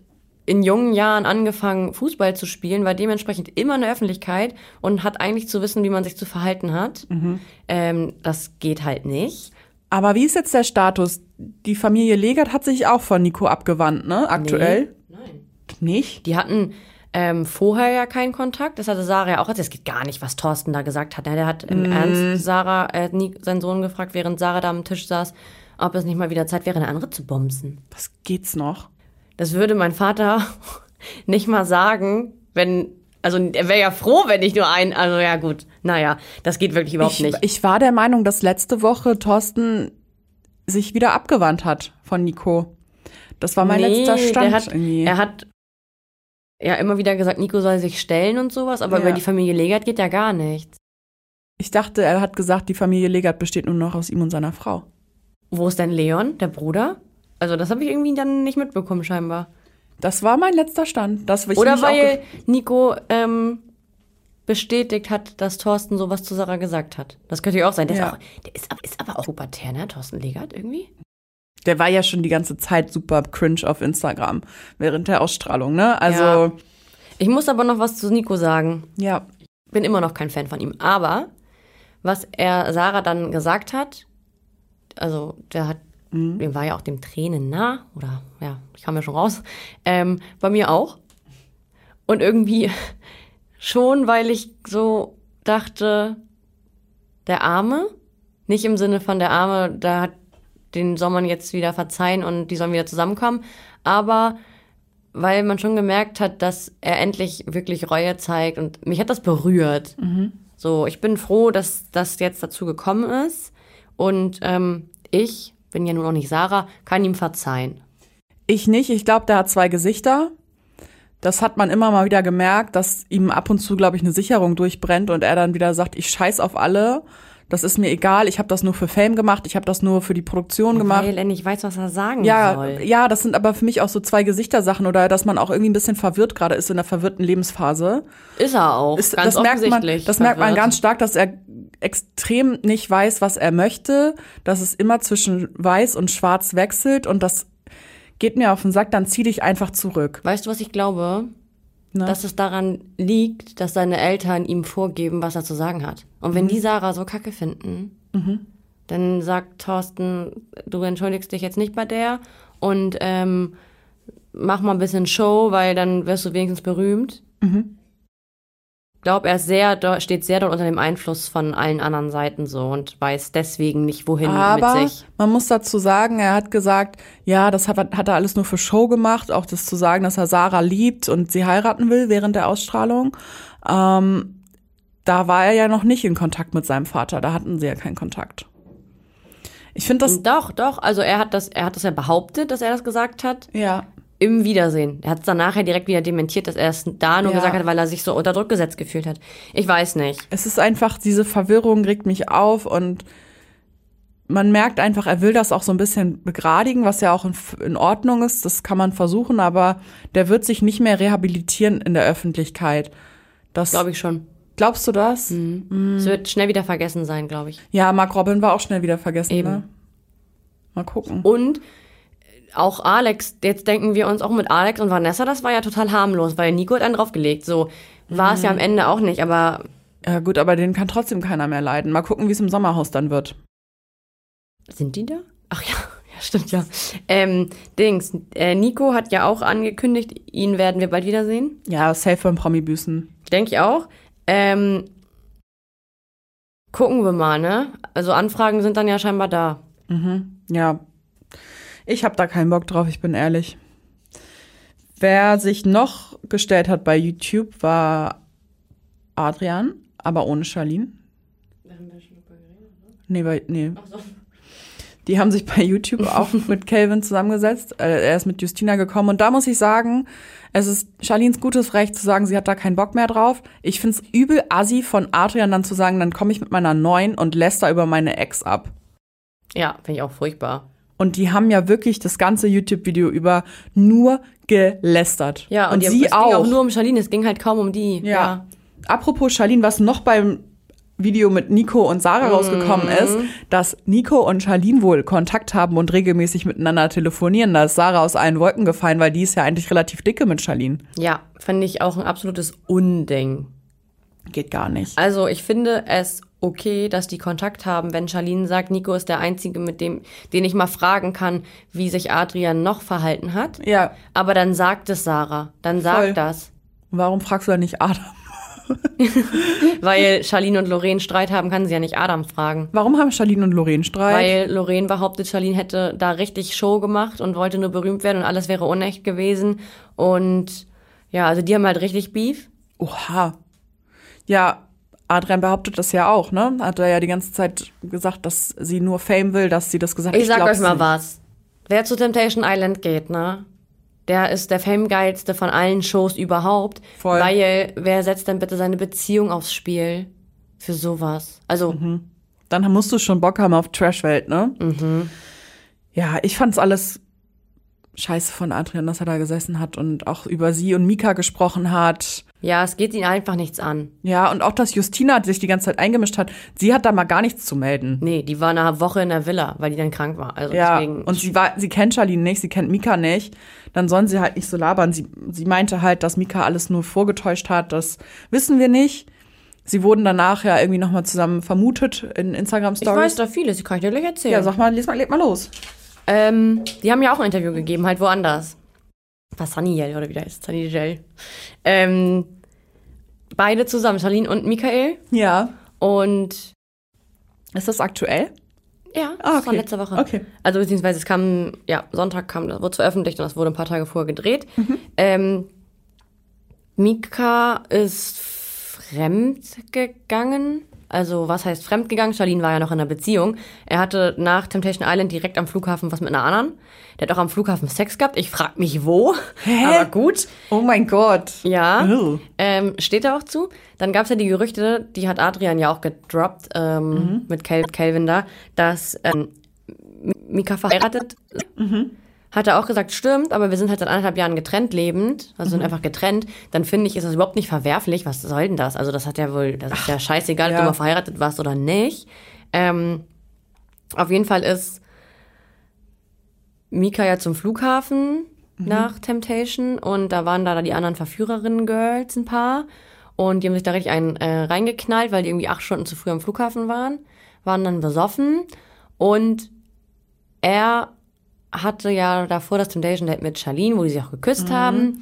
in jungen Jahren angefangen, Fußball zu spielen, war dementsprechend immer in der Öffentlichkeit und hat eigentlich zu wissen, wie man sich zu verhalten hat. Mhm. Ähm, das geht halt nicht. Aber wie ist jetzt der Status? Die Familie Legert hat sich auch von Nico abgewandt, ne? Aktuell? Nein. Nicht? Die hatten ähm, vorher ja keinen Kontakt. Das hatte Sarah ja auch. erzählt. Es geht gar nicht, was Thorsten da gesagt hat. Ne? Der hat im Mhm. Ernst Sarah, äh, nie seinen Sohn gefragt, während Sarah da am Tisch saß, ob es nicht mal wieder Zeit wäre, eine andere zu bumsen. Was geht's noch? Das würde mein Vater nicht mal sagen, wenn. Also er wäre ja froh, wenn ich nur einen. Also ja gut, naja, das geht wirklich überhaupt Ich, nicht. ich war der Meinung, dass letzte Woche Thorsten sich wieder abgewandt hat von Nico. Das war mein Nee, letzter Stand der hat, irgendwie. Er hat ja immer wieder gesagt, Nico soll sich stellen und sowas, aber Ja. über die Familie Legert geht ja gar nichts. ich dachte, er hat gesagt, die Familie Legert besteht nur noch aus ihm und seiner Frau. Wo ist denn Leon, der Bruder? Also das habe ich irgendwie dann nicht mitbekommen scheinbar. Das war mein letzter Stand. Das, ich Oder mich auch weil Nico ähm, bestätigt hat, dass Thorsten sowas zu Sarah gesagt hat. Das könnte ja auch sein. Der, Ja. ist, auch, der ist, aber- ist aber auch pubertär, ne? Thorsten Legert irgendwie? Der war ja schon die ganze Zeit super cringe auf Instagram während der Ausstrahlung, ne? Also, Ich muss aber noch was zu Nico sagen. ja. Bin immer noch kein Fan von ihm. Aber was er Sarah dann gesagt hat, also der hat, dem war ja auch dem Tränen nah, oder ja, ich kam ja schon raus, ähm, bei mir auch. Und irgendwie schon, weil ich so dachte, der Arme, nicht im Sinne von der Arme, da hat den soll man jetzt wieder verzeihen und die sollen wieder zusammenkommen, aber weil man schon gemerkt hat, dass er endlich wirklich Reue zeigt und mich hat das berührt. Mhm. So, ich bin froh, dass das jetzt dazu gekommen ist und ähm, ich bin ja nun auch nicht Sarah, kann ihm verzeihen. Ich nicht. Ich glaube, der hat zwei Gesichter. Das hat man immer mal wieder gemerkt, dass ihm ab und zu, glaube ich, eine Sicherung durchbrennt und er dann wieder sagt, ich scheiß auf alle. Das ist mir egal. Ich habe das nur für Fame gemacht. Ich habe das nur für die Produktion gemacht. Weil er nicht weiß, was er sagen ja, äh, soll. ja, das sind aber für mich auch so zwei Gesichtersachen oder dass man auch irgendwie ein bisschen verwirrt gerade ist in der verwirrten Lebensphase. Ist er auch. Ist, ganz das merkt man, offensichtlich. das merkt man verwirrt. ganz stark, dass er extrem nicht weiß, was er möchte, dass es immer zwischen weiß und schwarz wechselt und das geht mir auf den Sack, dann zieh dich einfach zurück. Weißt du, was ich glaube? Ne? Dass es daran liegt, Mhm. dass seine Eltern ihm vorgeben, was er zu sagen hat. Und wenn die Sarah so kacke finden, Dann sagt Thorsten, du entschuldigst dich jetzt nicht bei der und ähm, mach mal ein bisschen Show, weil dann wirst du wenigstens berühmt. Mhm. Ich glaube, er ist sehr, do- steht sehr dort unter dem Einfluss von allen anderen Seiten so und weiß deswegen nicht, wohin Aber mit sich. man muss dazu sagen, er hat gesagt, ja, das hat, hat er alles nur für Show gemacht, auch das zu sagen, dass er Sarah liebt und sie heiraten will während der Ausstrahlung. Ähm, da war er ja noch nicht in Kontakt mit seinem Vater, da hatten sie ja keinen Kontakt. Ich finde das, Doch, doch. Also er hat das, er hat das ja behauptet, dass er das gesagt hat. ja, Im Wiedersehen. Er hat es dann nachher direkt wieder dementiert, dass er es da nur Ja. gesagt hat, weil er sich so unter Druck gesetzt gefühlt hat. Ich weiß nicht. es ist einfach, diese Verwirrung regt mich auf und man merkt einfach, er will das auch so ein bisschen begradigen, was ja auch in, in Ordnung ist, das kann man versuchen, aber der wird sich nicht mehr rehabilitieren in der Öffentlichkeit. Das Glaube ich Mhm. schon. Glaubst du das? Es wird schnell wieder vergessen sein, glaube ich. Ja, Mark Robin war auch schnell wieder vergessen, Eben. ne? Mal gucken. Und äh, auch Alex, jetzt denken wir uns auch mit Alex und Vanessa, das war ja total harmlos, weil Nico hat einen draufgelegt. So war es ja am Ende auch nicht, aber Ja, gut, aber den kann trotzdem keiner mehr leiden. Mal gucken, wie es im Sommerhaus dann wird. Sind die da? Ach ja, ja stimmt, ja. Ähm, Dings, äh, Nico hat ja auch angekündigt, ihn werden wir bald wiedersehen. Ja, safe von Promi-Büßen. Denke ich auch. Ähm, gucken wir mal, ne? Also Anfragen sind dann ja scheinbar da. Ja. Ich habe da keinen Bock drauf, ich bin ehrlich. Wer sich noch gestellt hat bei YouTube war Adrian, aber ohne Charlene. Nee, bei, nee. Die haben sich bei YouTube auch mit Calvin zusammengesetzt. Äh, Er ist mit Justina gekommen. Und da muss ich sagen, es ist Charlins gutes Recht zu sagen, sie hat da keinen Bock mehr drauf. Ich find's übel assi von Adrian dann zu sagen, dann komme ich mit meiner neuen und läster über meine Ex ab. Ja, finde ich auch furchtbar. Und die haben ja wirklich das ganze YouTube-Video über nur gelästert. Ja, und, und, ihr- sie es ging auch. auch nur um Charlene, es ging halt kaum um die. ja. Apropos Charlene, was noch beim Video mit Nico und Mhm. Sarah rausgekommen ist, dass Nico und Charlene wohl Kontakt haben und regelmäßig miteinander telefonieren. Da ist Sarah aus allen Wolken gefallen, weil die ist ja eigentlich relativ dicke mit Charlene. Ja, finde ich auch ein absolutes Unding. Geht gar nicht. Also ich finde es okay, dass die Kontakt haben, wenn Charlene sagt, Nico ist der Einzige, mit dem, den ich mal fragen kann, wie sich Adrian noch verhalten hat. Ja, Aber dann sagt es Sarah. Dann sagt Voll. das. warum fragst du dann nicht Adam? Weil Charlene und Lorraine Streit haben, kann sie ja nicht Adam fragen. Warum haben Charlene und Lorraine Streit? Weil Lorraine behauptet, Charlene hätte da richtig Show gemacht und wollte nur berühmt werden und alles wäre unecht gewesen. Und ja, also die haben halt richtig Beef. Oha. Ja, Adrian behauptet das ja auch, ne? Hat er ja die ganze Zeit gesagt, dass sie nur Fame will, dass sie das gesagt hat. Ich sag glaub's euch mal nicht. was. Wer zu Temptation Island geht, ne? Der ist der famegeilste von allen Shows überhaupt. Voll. Weil wer setzt denn bitte seine Beziehung aufs Spiel für sowas? Also, Mhm. Dann musst du schon Bock haben auf Trashwelt, ne? Mhm. Ja, ich fand's alles scheiße von Adrian, dass er da gesessen hat und auch über sie und Mika gesprochen hat. ja, es geht ihn einfach nichts an. Ja, und auch, dass Justina sich die ganze Zeit eingemischt hat. Sie hat da mal gar nichts zu melden. Nee, die war eine Woche in der Villa, weil die dann krank war. Also Ja, deswegen. und sie war, sie kennt Charlene nicht, sie kennt Mika nicht. Dann sollen sie halt nicht so labern. Sie, sie meinte halt, dass Mika alles nur vorgetäuscht hat. Das wissen wir nicht. Sie wurden danach ja irgendwie nochmal zusammen vermutet in Instagram ich weiß Stories. da vieles, die kann ich dir gleich erzählen. Ja, sag mal, lies mal, leg mal los. Ähm, die haben ja auch ein Interview gegeben, halt woanders. Was Saniel oder wie der heißt, Saniel. Ähm, beide zusammen, Charlene und Michael. Ja. Und Ist das aktuell? Ja, Ah, das war okay. letzte Woche. Okay. Also beziehungsweise es kam, ja, Sonntag kam, das wurde es veröffentlicht und das wurde ein paar Tage vorher gedreht. Ähm, Mika ist fremdgegangen. Also was heißt fremdgegangen? Charlene war ja noch in einer Beziehung. Er hatte nach Temptation Island direkt am Flughafen was mit einer anderen. Der hat auch am Flughafen Sex gehabt. Ich frag mich wo, Hä? aber gut. Oh mein Gott. Ja, Ew. ähm, steht da auch zu. Dann gab's ja die Gerüchte, die hat Adrian ja auch gedroppt ähm, mit Kel Kelvin da, dass ähm, M- Mika verheiratet. Hat er auch gesagt, stimmt, aber wir sind halt seit anderthalb Jahren getrennt lebend, also sind einfach getrennt. Dann finde ich, ist das überhaupt nicht verwerflich. Was soll denn das? Also das hat ja wohl, das ist ja scheißegal, ob ja. du mal verheiratet warst oder nicht. Ähm, auf jeden Fall ist Mika ja zum Flughafen nach Temptation und da waren da die anderen Verführerinnen-Girls ein paar und die haben sich da richtig einen äh, reingeknallt, weil die irgendwie acht Stunden zu früh am Flughafen waren, waren dann besoffen Und er hatte ja davor das Temptation Date mit Charlene, wo die sich auch geküsst haben.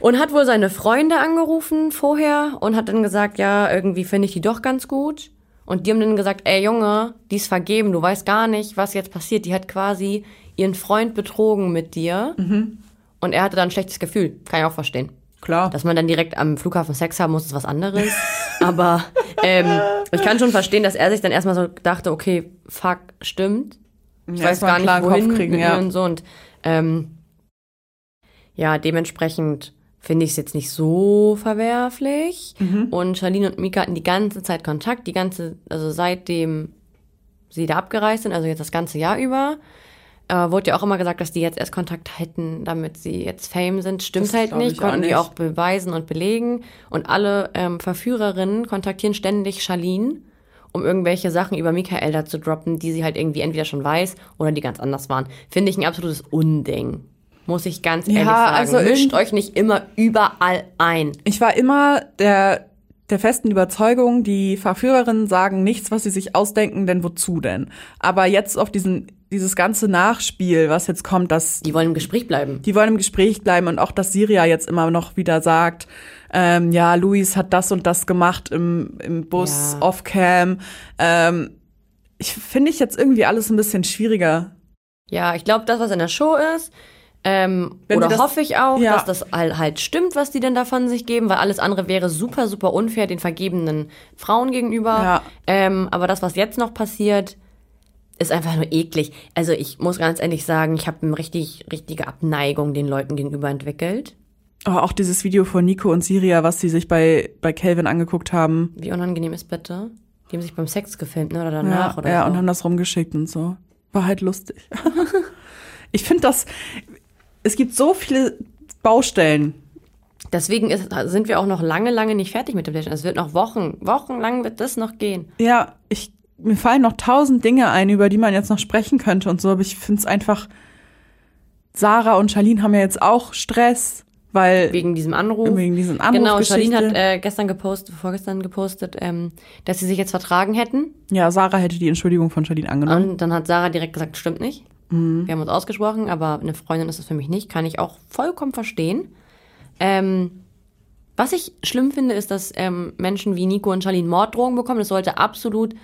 Und hat wohl seine Freunde angerufen vorher und hat dann gesagt, ja, irgendwie finde ich die doch ganz gut. Und die haben dann gesagt, ey Junge, die ist vergeben, du weißt gar nicht, was jetzt passiert. Die hat quasi ihren Freund betrogen mit dir. Und er hatte dann ein schlechtes Gefühl. Kann ich auch verstehen. Klar. Dass man dann direkt am Flughafen Sex haben muss, ist was anderes. Aber ähm, ich kann schon verstehen, dass er sich dann erstmal so dachte, okay, fuck, stimmt. Ich weiß erstmal gar einen nicht, klaren wohin Kopf kriegen, mit mir ja. und so. Und ähm, ja, dementsprechend finde ich es jetzt nicht so verwerflich. Mhm. Und Charlene und Mika hatten die ganze Zeit Kontakt, die ganze, also seitdem sie da abgereist sind, also jetzt das ganze Jahr über. Äh, wurde ja auch immer gesagt, dass die jetzt erst Kontakt halten, damit sie jetzt Fame sind. Stimmt Das halt glaub ich nicht, auch konnten die nicht. auch beweisen und belegen. Und alle ähm, Verführerinnen kontaktieren ständig Charlene, um irgendwelche Sachen über Michael da zu droppen, die sie halt irgendwie entweder schon weiß oder die ganz anders waren. Finde ich ein absolutes Unding. Muss ich ganz ehrlich sagen. also Mischt irgend- euch nicht immer überall ein. Ich war immer der, der festen Überzeugung, die Verführerinnen sagen nichts, was sie sich ausdenken, denn wozu denn? Aber jetzt auf diesen, dieses ganze Nachspiel, was jetzt kommt, dass Die wollen im Gespräch bleiben. die wollen im Gespräch bleiben und auch, dass Siria jetzt immer noch wieder sagt, ähm, ja, Luis hat das und das gemacht im, im Bus, Ja. off-cam. Ähm, ich finde ich jetzt irgendwie alles ein bisschen schwieriger. Ja, ich glaube, das, was in der Show ist, ähm, Wenn oder sie das- hoffe ich auch, Ja. dass das all- halt stimmt, was die denn davon sich geben, weil alles andere wäre super, super unfair den vergebenen Frauen gegenüber. Ja. Ähm, aber das, was jetzt noch passiert, ist einfach nur eklig. Also ich muss ganz ehrlich sagen, ich habe eine richtig, richtige Abneigung den Leuten gegenüber entwickelt. Aber Oh, auch dieses Video von Nico und Siria, was sie sich bei, bei Calvin angeguckt haben. Wie unangenehm ist bitte? Die haben sich beim Sex gefilmt, ne? Oder Ja, danach oder ja so. und haben das rumgeschickt und so. War halt lustig. ich finde das, es gibt so viele Baustellen. Deswegen ist, sind wir auch noch lange, lange nicht fertig mit dem Plätzchen. Es wird noch Wochen, wochenlang wird das noch gehen. Ja, ich, mir fallen noch tausend Dinge ein, über die man jetzt noch sprechen könnte und so, aber ich finde es einfach, Sarah und Charlene haben ja jetzt auch Stress, weil Wegen diesem Anruf. Äh, wegen diesen Anruf Genau, Charlene hat äh, gestern gepostet, vorgestern gepostet, ähm, dass sie sich jetzt vertragen hätten. ja, Sarah hätte die Entschuldigung von Charlene angenommen. Und dann hat Sarah direkt gesagt, stimmt nicht. Wir haben uns ausgesprochen, aber eine Freundin ist es für mich nicht. Kann ich auch vollkommen verstehen. Ähm, was ich schlimm finde, ist, dass ähm, Menschen wie Nico und Charlene Morddrohungen bekommen. Das sollte absolut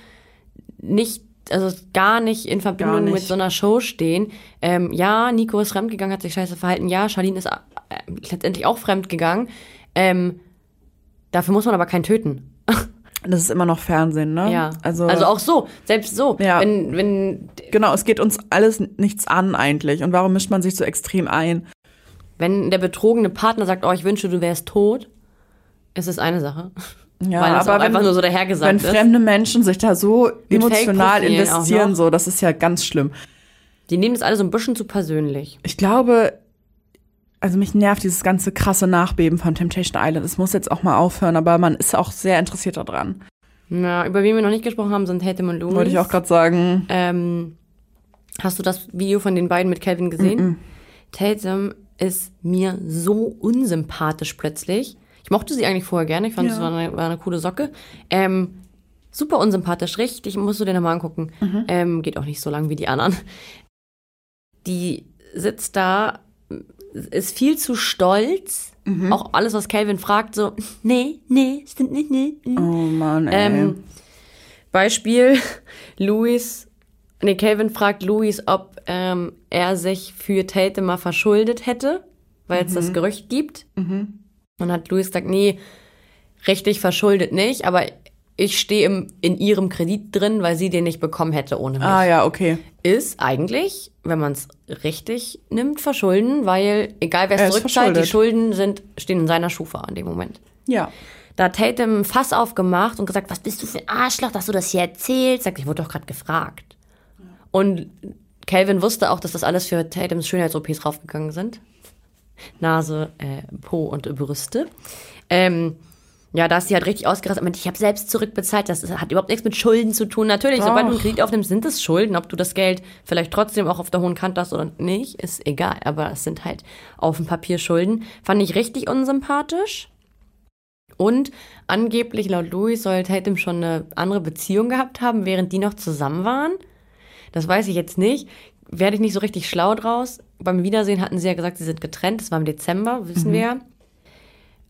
nicht, also gar nicht in Verbindung nicht. mit so einer Show stehen. Ähm, ja, Nico ist fremdgegangen, hat sich scheiße verhalten. Ja, Charlene ist äh, letztendlich auch fremdgegangen. Ähm, dafür muss man aber keinen töten. Das ist immer noch Fernsehen, ne? Ja. Also, auch so, selbst so. Ja. Wenn, wenn, genau, es geht uns alles nichts an eigentlich. Und warum mischt man sich so extrem ein? wenn der betrogene Partner sagt, oh, ich wünsche, du wärst tot, ist es eine Sache. Ja, Weil das aber auch einfach nur so dahergesagt wenn ist. fremde Menschen sich da so Mit emotional Fake-Profilen auch ne? investieren, noch. so, das ist ja ganz schlimm. Die nehmen das alle so ein bisschen zu persönlich. Ich glaube, also mich nervt dieses ganze krasse Nachbeben von Temptation Island. Es muss jetzt auch mal aufhören, aber man ist auch sehr interessiert daran. Na, über wen wir noch nicht gesprochen haben, sind Hatem und Louis. Wollte ich auch gerade sagen. Ähm, hast du das Video von den beiden mit Calvin gesehen? Tatum ist mir so unsympathisch plötzlich. Ich mochte sie eigentlich vorher gerne. Ich fand, Ja. es war eine, war eine coole Socke. Ähm, super unsympathisch, richtig. Musst du dir nochmal angucken. Ähm, geht auch nicht so lang wie die anderen. Die sitzt da, ist viel zu stolz. Auch alles, was Calvin fragt, so, nee, nee, stimmt nicht, nee. mm. Oh Mann, ey. Ähm, Beispiel, Louis, nee, Calvin fragt Louis, ob ähm, er sich für Tatum mal verschuldet hätte, weil es Mhm. das Gerücht gibt. Und hat Louis gesagt, nee, richtig verschuldet nicht, aber ich stehe im- in ihrem Kredit drin, weil sie den nicht bekommen hätte ohne mich ah ja, okay. ist eigentlich, wenn man es richtig nimmt, verschulden, weil egal wer Er es ist zurückzahlt, die verschuldet. Schulden sind, stehen in seiner Schufa in dem Moment. Ja. Da hat Tatum ein Fass aufgemacht und gesagt, was bist du für ein Arschloch, dass du das hier erzählst? Sagt, ich wurde doch gerade gefragt. Und Calvin wusste auch, dass das alles für Tatums Schönheits-OPs raufgegangen sind. Nase, äh, Po und Brüste. Ähm, ja, da ist sie halt richtig ausgerastet. Meinte, Ich habe selbst zurückbezahlt. Das ist- hat überhaupt nichts mit Schulden zu tun. Natürlich, sobald du einen Doch. Kredit aufnimmst, sind es Schulden. Ob du das Geld vielleicht trotzdem auch auf der hohen Kante hast oder nicht, ist egal. Aber es sind halt auf dem Papier Schulden. Fand ich richtig unsympathisch. Und angeblich, laut Louis, soll Tatum schon eine andere Beziehung gehabt haben, während die noch zusammen waren. Das weiß ich jetzt nicht. Werde ich nicht so richtig schlau draus. Beim Wiedersehen hatten sie ja gesagt, sie sind getrennt. Das war im Dezember, wissen Mhm. wir ja.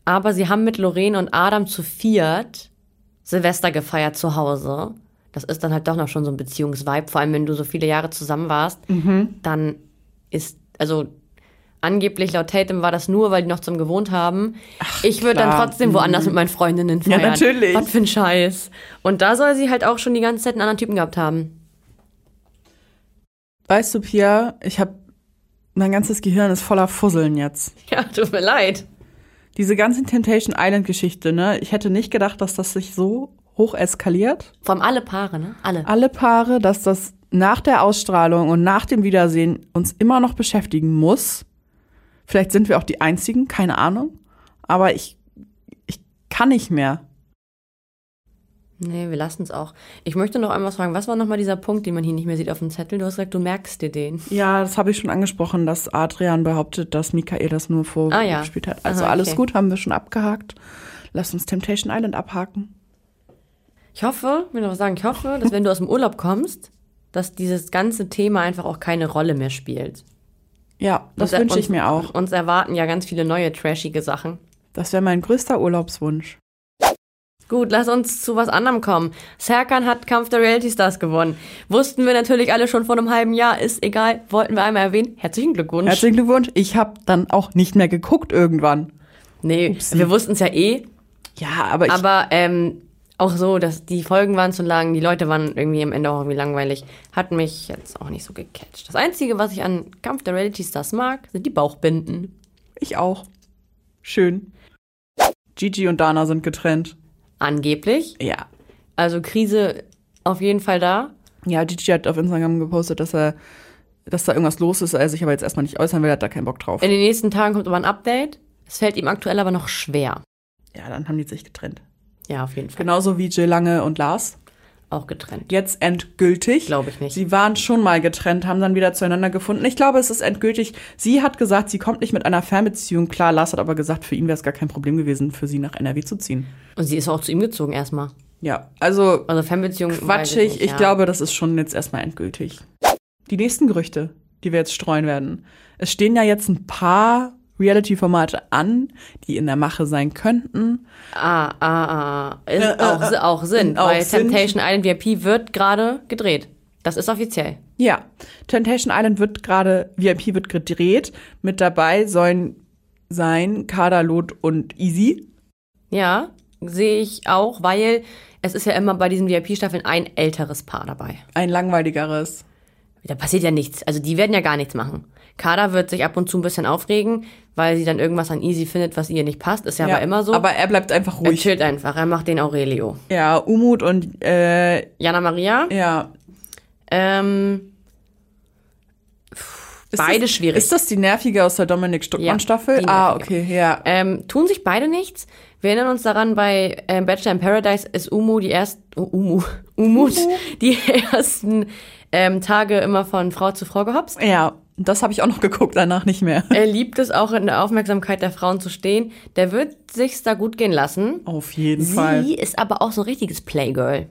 Aber sie haben mit Lorene und Adam zu viert Silvester gefeiert zu Hause. Das ist dann halt doch noch schon so ein Beziehungsvibe. Vor allem, wenn du so viele Jahre zusammen warst, Mhm. dann ist, also angeblich laut Tatum war das nur, weil die noch zum gewohnt haben. ich würde dann klar. Mhm. trotzdem woanders mit meinen Freundinnen Ja, feiern. natürlich. Was für ein Scheiß. Und da soll sie halt auch schon die ganze Zeit einen anderen Typen gehabt haben. Weißt du, Pia, ich habe mein ganzes Gehirn ist voller Fusseln jetzt. Ja, tut mir leid. Diese ganzen Temptation Island Geschichte, ne? Ich hätte nicht gedacht, dass das sich so hoch eskaliert. Vor allem alle Paare, ne? Alle. alle Paare, dass das nach der Ausstrahlung und nach dem Wiedersehen uns immer noch beschäftigen muss. Vielleicht sind wir auch die Einzigen, keine Ahnung. Aber ich, ich kann nicht mehr. Nee, wir lassen es auch. Ich möchte noch einmal was fragen. Was war nochmal dieser Punkt, den man hier nicht mehr sieht auf dem Zettel? Du hast gesagt, du merkst dir den. Ja, das habe ich schon angesprochen, dass Adrian behauptet, dass Michael das nur Ah, ja. vorgespielt hat. Also Aha, alles okay. gut, haben wir schon abgehakt. Lass uns Temptation Island abhaken. Ich hoffe, will noch was sagen, ich hoffe, dass wenn du aus dem Urlaub kommst, dass dieses ganze Thema einfach auch keine Rolle mehr spielt. Ja, das Und- wünsche ich uns- mir auch. Uns erwarten ja ganz viele neue trashige Sachen. Das wäre mein größter Urlaubswunsch. Gut, lass uns zu was anderem kommen. Serkan hat Kampf der Reality Stars gewonnen. Wussten wir natürlich alle schon vor einem halben Jahr, ist egal, wollten wir einmal erwähnen. Herzlichen Glückwunsch. Herzlichen Glückwunsch. Ich habe dann auch nicht mehr geguckt irgendwann. nee, wir wussten es ja eh, Ja, aber ich aber ähm, auch so, dass die Folgen waren zu lang, die Leute waren irgendwie am Ende auch irgendwie langweilig. Hat mich jetzt auch nicht so gecatcht. Das Einzige, was ich an Kampf der Reality Stars mag, sind die Bauchbinden. Ich auch. Schön. Gigi und Dana sind getrennt. Angeblich. Ja. Also Krise auf jeden Fall da. Ja, Gigi hat auf Instagram gepostet, dass er, dass da irgendwas los ist, er sich aber jetzt erstmal nicht äußern will, er hat da keinen Bock drauf. In den nächsten Tagen kommt aber ein Update. Es fällt ihm aktuell aber noch schwer. Ja, dann haben die sich getrennt. Ja, auf jeden Fall. Genauso wie Jill Lange und Lars. Auch getrennt. Jetzt endgültig. Glaube ich nicht. Sie waren schon mal getrennt, haben dann wieder zueinander gefunden. Ich glaube, es ist endgültig. Sie hat gesagt, sie kommt nicht mit einer Fernbeziehung klar. Lars hat aber gesagt, für ihn wäre es gar kein Problem gewesen, für sie nach NRW zu ziehen. Und sie ist auch zu ihm gezogen erstmal. Ja, also Also Fernbeziehung. weiß quatschig. nicht, ich ja. glaube, das ist schon jetzt erstmal endgültig. Die nächsten Gerüchte, die wir jetzt streuen werden. Es stehen ja jetzt ein paar Reality-Formate an, die in der Mache sein könnten. Ah, ah, ah. Ist auch, äh, auch Sinn. auch weil Sinn. Temptation Island VIP wird gerade gedreht. Das ist offiziell. Ja, Temptation Island wird gerade, VIP wird gedreht. Mit dabei sollen sein Kader, Lot und Easy. Ja, sehe ich auch, weil es ist ja immer bei diesen VIP-Staffeln ein älteres Paar dabei. Ein langweiligeres. Da passiert ja nichts. Also die werden ja gar nichts machen. Kada wird sich ab und zu ein bisschen aufregen, weil sie dann irgendwas an Easy findet, was ihr nicht passt. Ist ja, aber immer so. Aber er bleibt einfach er ruhig. chillt einfach. Er macht den Aurelio. Ja, Umut und, äh, Jana Maria, ja. ähm, Ist Beide das, schwierig. Ist das die nervige aus der Dominik Stuckmann-Staffel? die ah, nervige. okay, ja. ähm, tun sich beide nichts. Wir erinnern uns daran, bei ähm, Bachelor in Paradise ist Umu die ersten, oh, Umu, Umut, die ersten ähm, Tage immer von Frau zu Frau gehopst. Ja, das habe ich auch noch geguckt, danach nicht mehr. Er liebt es auch in der Aufmerksamkeit der Frauen zu stehen. Der wird sich's da gut gehen lassen. Auf jeden Sie ist aber auch so ein richtiges Playgirl.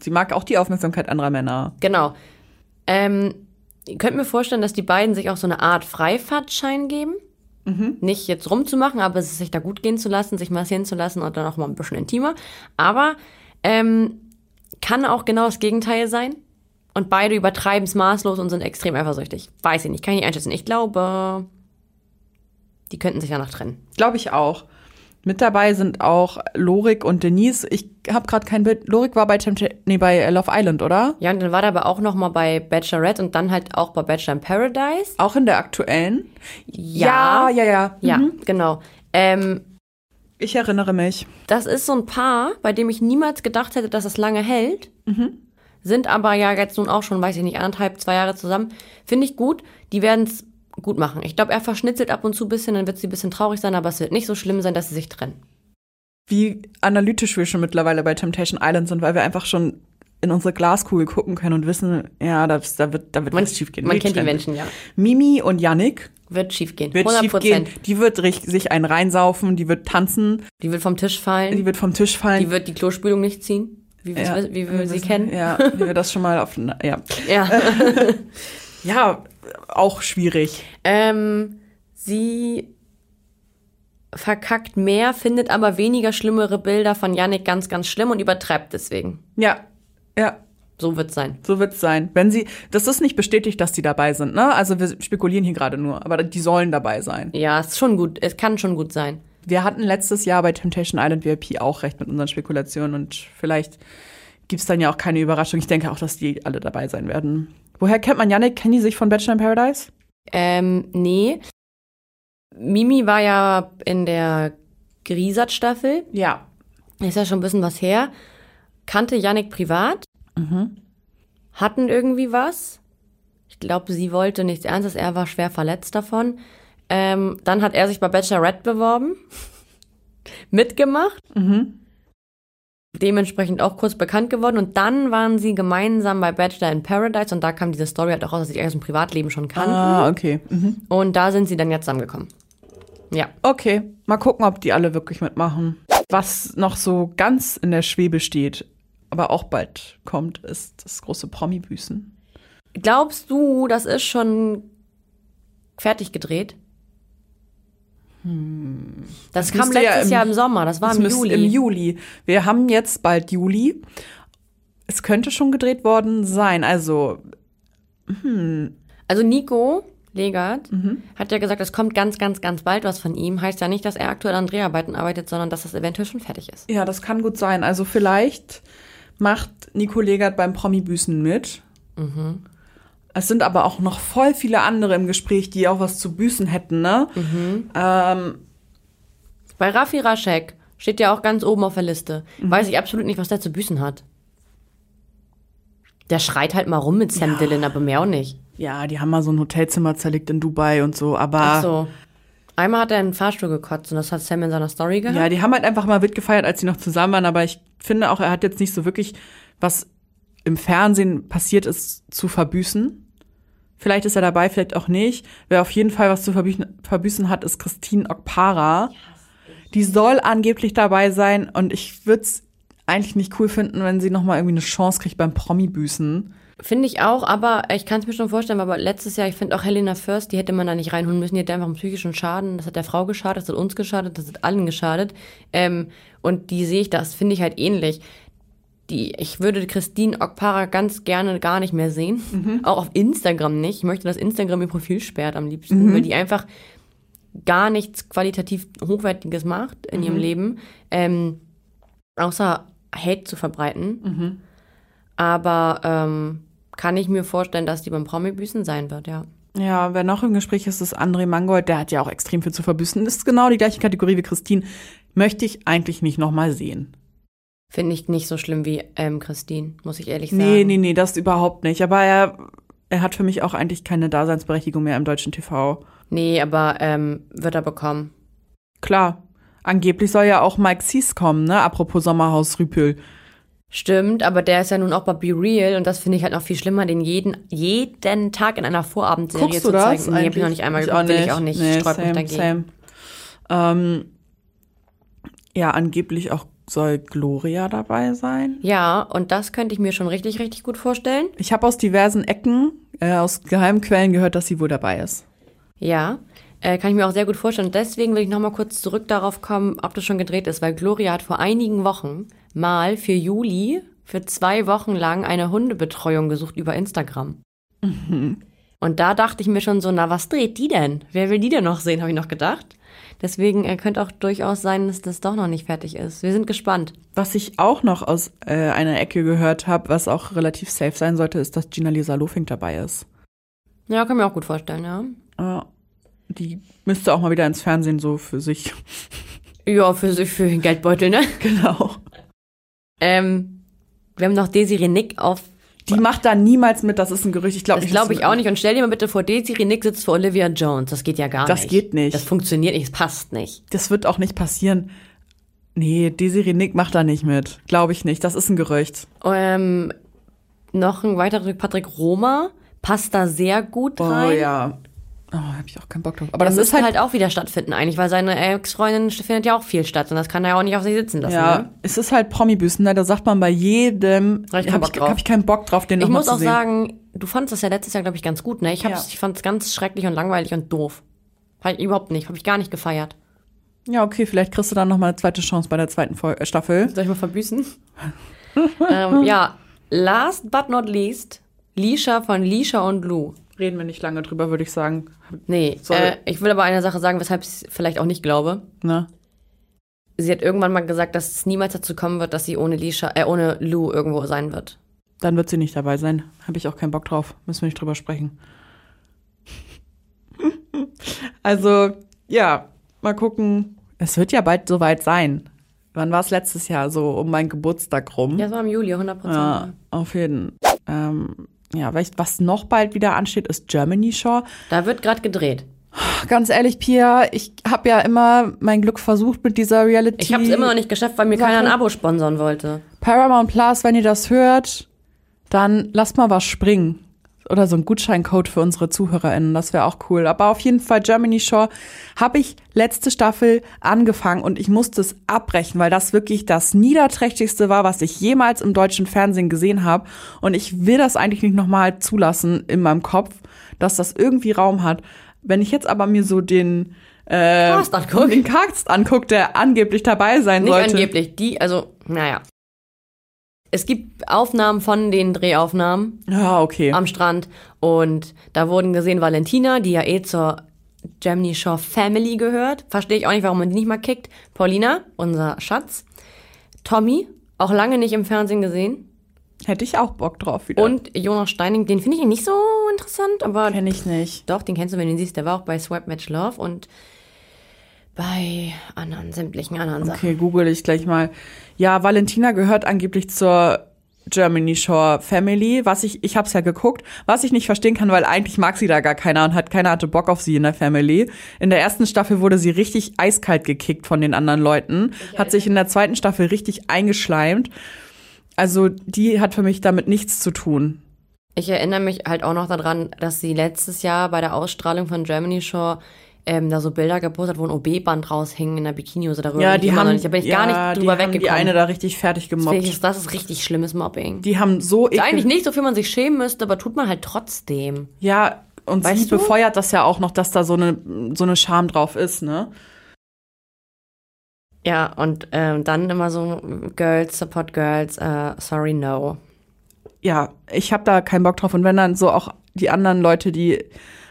Sie mag auch die Aufmerksamkeit anderer Männer. Genau. Ähm, ihr könnt mir vorstellen, dass die beiden sich auch so eine Art Freifahrtschein geben. Nicht jetzt rumzumachen, aber es ist sich da gut gehen zu lassen, sich massieren zu lassen und dann auch mal ein bisschen intimer. Aber ähm, kann auch genau das Gegenteil sein. Und beide übertreiben es maßlos und sind extrem eifersüchtig. Weiß ich nicht, kann ich nicht einschätzen. Ich glaube, die könnten sich danach trennen. Glaube ich auch. Mit dabei sind auch Lorik und Denise. Ich habe gerade kein Bild. Lorik war bei, Tempt nee, bei Love Island, oder? Ja, und dann war der aber auch noch mal bei Bachelorette und dann halt auch bei Bachelor in Paradise. Auch in der aktuellen? ja, ja. Ja, Mhm. Ja, genau. Ähm, Ich erinnere mich. Das ist so ein Paar, bei dem ich niemals gedacht hätte, dass es lange hält. Mhm. Sind aber ja jetzt nun auch schon, weiß ich nicht, anderthalb, zwei Jahre zusammen. Finde ich gut. Die werden es gut machen. Ich glaube, er verschnitzelt ab und zu ein bisschen, dann wird sie ein bisschen traurig sein, aber es wird nicht so schlimm sein, dass sie sich trennen. Wie analytisch wir schon mittlerweile bei Temptation Island sind, weil wir einfach schon in unsere Glaskugel gucken können und wissen, ja, das, da wird, da wird Man, was schief gehen. man kennt die Menschen, ja. Mimi und Yannick Wird schief gehen. wird 100 schief gehen. Prozent. Die wird richtig- sich einen reinsaufen, die wird tanzen, Die wird vom Tisch fallen. die wird vom Tisch fallen. Die wird die Klospülung nicht ziehen. wie, Ja. wir- wie wir sie wissen- kennen. Ja, wie wir das schon mal auf, na, ja. Ja. Ja, auch schwierig. ähm, sie verkackt mehr, findet aber weniger schlimmere Bilder von Yannick ganz, ganz schlimm und übertreibt deswegen. Ja, ja. So wird's sein. So wird's sein. Wenn sie, das ist nicht bestätigt, dass die dabei sind, ne? Also wir spekulieren hier gerade nur, aber die sollen dabei sein. Ja, ist schon gut. Es kann schon gut sein. Wir hatten letztes Jahr bei Temptation Island VIP auch recht mit unseren Spekulationen und vielleicht gibt's dann ja auch keine Überraschung. Ich denke auch, dass die alle dabei sein werden. Woher kennt man Yannick? Kennen die sich von Bachelor in Paradise? Ähm, nee. Mimi war ja in der Grisat-Staffel. Ja. Ist ja schon ein bisschen was her. Kannte Yannick privat. Hatten irgendwie was. Ich glaube, sie wollte nichts Ernstes. Er war schwer verletzt davon. Ähm, dann hat er sich bei Bachelorette beworben. Mitgemacht. Dementsprechend auch kurz bekannt geworden. Und dann waren sie gemeinsam bei Bachelor in Paradise. Und da kam diese Story halt auch raus, dass sie sich aus dem Privatleben schon kannten. Ah, okay. Mhm. Und da sind sie dann jetzt zusammengekommen. Ja. Okay, mal gucken, ob die alle wirklich mitmachen. Was noch so ganz in der Schwebe steht, aber auch bald kommt, ist das große Promi-Büßen. Glaubst du, das ist schon fertig gedreht? Das, kam Hm. müsste ja letztes im- Jahr im Sommer, das war Das Ah, im müsste Juli. Im Juli. Wir haben jetzt bald Juli. Es könnte schon gedreht worden sein. Also, Also Nico Legert Mhm. hat ja gesagt, es kommt ganz, ganz, ganz bald was von ihm. Heißt ja nicht, dass er aktuell an Dreharbeiten arbeitet, sondern dass das eventuell schon fertig ist. ja, das kann gut sein. Also, vielleicht macht Nico Legert beim Promi-Büßen mit. Mhm. Es sind aber auch noch voll viele andere im Gespräch, die auch was zu büßen hätten, ne? Mhm. Ähm, Bei Raffi Raschek steht ja auch ganz oben auf der Liste. Mhm. Weiß ich absolut nicht, was der zu büßen hat. Der schreit halt mal rum mit Sam Dillon, aber mehr auch nicht. ja, die haben mal so ein Hotelzimmer zerlegt in Dubai und so, aber. Ach so. Einmal hat er in den Fahrstuhl gekotzt und das hat Sam in seiner Story gehabt. Ja, die haben halt einfach mal Witt gefeiert, als sie noch zusammen waren, aber ich finde auch, er hat jetzt nicht so wirklich, was im Fernsehen passiert ist, zu verbüßen. Vielleicht ist er dabei, vielleicht auch nicht. Wer auf jeden Fall was zu verbüßen, verbüßen hat, ist Christine Okpara. Die soll angeblich dabei sein und ich würde es eigentlich nicht cool finden, wenn sie nochmal irgendwie eine Chance kriegt beim Promi-Büßen. Finde ich auch, aber ich kann es mir schon vorstellen, aber letztes Jahr, ich finde auch Helena First, die hätte man da nicht reinholen müssen, die hätte einfach einen psychischen Schaden, das hat der Frau geschadet, das hat uns geschadet, das hat allen geschadet. Ähm, und die sehe ich, das finde ich halt ähnlich. Die, ich würde Christine Okpara ganz gerne gar nicht mehr sehen. Auch auf Instagram nicht. Ich möchte, dass Instagram ihr Profil sperrt am liebsten, weil die einfach gar nichts qualitativ Hochwertiges macht in ihrem Leben, ähm, außer Hate zu verbreiten. Aber ähm, kann ich mir vorstellen, dass die beim Promi-Büßen sein wird, ja. Ja, wer noch im Gespräch ist, ist André Mangold. Der hat ja auch extrem viel zu verbüßen. Ist genau die gleiche Kategorie wie Christine. Möchte ich eigentlich nicht nochmal sehen. Finde ich nicht so schlimm wie ähm, Christine, muss ich ehrlich sagen. Nee, nee, nee, das überhaupt nicht. Aber er, er hat für mich auch eigentlich keine Daseinsberechtigung mehr im deutschen TV. Nee, aber ähm, wird er bekommen. Klar. Angeblich soll ja auch Mike Sees kommen, ne? Apropos Sommerhaus Rüpel. Stimmt, aber der ist ja nun auch bei Be Real und das finde ich halt noch viel schlimmer, den jeden, jeden Tag in einer Vorabendserie Guckst zu du das? zeigen. Nee, hab ich noch nicht einmal geguckt, will ich auch nicht. Nee, Sträub mich same, dagegen. same. Ähm, ja, angeblich auch soll Gloria dabei sein. Ja, und das könnte ich mir schon richtig, richtig gut vorstellen. Ich habe aus diversen Ecken, äh, aus geheimen Quellen gehört, dass sie wohl dabei ist. Ja, äh, kann ich mir auch sehr gut vorstellen. Und deswegen will ich nochmal kurz zurück darauf kommen, ob das schon gedreht ist, weil Gloria hat vor einigen Wochen mal für Juli für zwei Wochen lang eine Hundebetreuung gesucht über Instagram. Und da dachte ich mir schon so, na, was dreht die denn? Wer will die denn noch sehen, habe ich noch gedacht. Deswegen äh, könnte auch durchaus sein, dass das doch noch nicht fertig ist. Wir sind gespannt. Was ich auch noch aus äh, einer Ecke gehört habe, was auch relativ safe sein sollte, ist, dass Gina Lisa Lofink dabei ist. Ja, kann mir auch gut vorstellen, ja. Ja. Die müsste auch mal wieder ins Fernsehen so für sich. Ja, für, für den Geldbeutel, ne? Genau. Ähm, wir haben noch Desiree Nick auf Die macht da niemals mit, das ist ein Gerücht. Ich glaube Das glaube ich auch nicht. Und stell dir mal bitte vor, Desiree Nick sitzt vor Olivia Jones. Das geht ja gar Das nicht. geht nicht. Das funktioniert nicht. Das passt nicht. Das wird auch nicht passieren. Nee, Desiree Nick macht da nicht mit. Glaube ich nicht. Das ist ein Gerücht. Ähm, noch ein weiterer Patrick Roma passt da sehr gut Oh rein. ja. Oh, habe ich auch keinen Bock drauf. Aber das Das ist müsste halt, halt, auch wieder stattfinden eigentlich, weil seine Ex-Freundin findet ja auch viel statt und das kann er ja auch nicht auf sich sitzen lassen. ja, Ne? es ist halt Promi-Büßen, ne? Da sagt man bei jedem, Da hab habe ich keinen Bock ich, drauf. hab ich keinen Bock drauf, den Ich nochmal muss zu auch sehen. sagen, du fandst das ja letztes Jahr, glaube ich, ganz gut, ne? Ich, hab's, Ja. ich fand es ganz schrecklich und langweilig und doof. Halt überhaupt nicht, habe ich gar nicht gefeiert. Ja, okay, vielleicht kriegst du dann nochmal eine zweite Chance bei der zweiten Fol äh, Staffel. Soll ich mal verbüßen? ähm, ja, last but not least, Lisha von Lisha und Lou. Reden wir nicht lange drüber, würde ich sagen. Nee, Soll- äh, ich will aber eine Sache sagen, weshalb ich es vielleicht auch nicht glaube. Ne? Sie hat irgendwann mal gesagt, dass es niemals dazu kommen wird, dass sie ohne Lisha, äh, ohne Lou irgendwo sein wird. Dann wird sie nicht dabei sein. Habe ich auch keinen Bock drauf. Müssen wir nicht drüber sprechen. also, ja, mal gucken. Es wird ja bald soweit sein. Wann war es letztes Jahr? So um meinen Geburtstag rum. Ja, das war im Juli, 100 Prozent. Ja, auf jeden Fall. Ähm, ja, welch- was noch bald wieder ansteht, ist Germany Shore. Da wird gerade gedreht. Ganz ehrlich, Pia, ich habe ja immer mein Glück versucht mit dieser Reality. Ich habe es immer noch nicht geschafft, weil mir keiner ein Sache- Abo sponsern wollte. Paramount Plus, wenn ihr das hört, dann lasst mal was springen. Oder so ein Gutscheincode für unsere ZuhörerInnen, das wäre auch cool. Aber auf jeden Fall, Germany Shore habe ich letzte Staffel angefangen und ich musste es abbrechen, weil das wirklich das Niederträchtigste war, was ich jemals im deutschen Fernsehen gesehen habe. Und ich will das eigentlich nicht nochmal zulassen in meinem Kopf, dass das irgendwie Raum hat. Wenn ich jetzt aber mir so den, äh, Cast anguck. den Cast angucke, der angeblich dabei sein Nicht sollte. angeblich, die, also, naja. Es gibt Aufnahmen von den Drehaufnahmen Ja, okay. am Strand und da wurden gesehen Valentina, die ja eh zur Germany Shaw Family gehört. Verstehe ich auch nicht, warum man die nicht mal kickt. Paulina, unser Schatz. Tommy, auch lange nicht im Fernsehen gesehen. Hätte ich auch Bock drauf wieder. Und Jonas Steining, den finde ich nicht so interessant, aber Kenn ich nicht. Doch, den kennst du, wenn du ihn siehst. Der war auch bei Swipe Match Love und bei anderen, sämtlichen anderen Sachen. Okay, google ich gleich mal. Ja, Valentina gehört angeblich zur Germany Shore Family, was ich, ich hab's ja geguckt, was ich nicht verstehen kann, weil eigentlich mag sie da gar keiner und hat keiner hatte Bock auf sie in der Family. In der ersten Staffel wurde sie richtig eiskalt gekickt von den anderen Leuten, hat sich in der zweiten Staffel richtig eingeschleimt. Also die hat für mich damit nichts zu tun. Ich erinnere mich halt auch noch daran, dass sie letztes Jahr bei der Ausstrahlung von Germany Shore ähm, da so Bilder gepostet hat, wo ein OB-Band raushing in der Bikini-Hose darüber. bin ich immer noch nicht, da bin ich gar ja, nicht drüber die haben Die eine weggekommen. da richtig fertig Deswegen gemobbt. ist das ist richtig schlimmes Mobbing. Die haben so ist eigentlich nicht so viel man sich schämen müsste, aber tut man halt trotzdem. Ja, und sie Weißt du? befeuert das ja auch noch, dass da so eine, so eine Scham drauf ist, ne? Ja, und ähm, dann immer so Girls support Girls, äh, sorry no. Ja, ich habe da keinen Bock drauf. Und wenn dann so auch die anderen Leute, die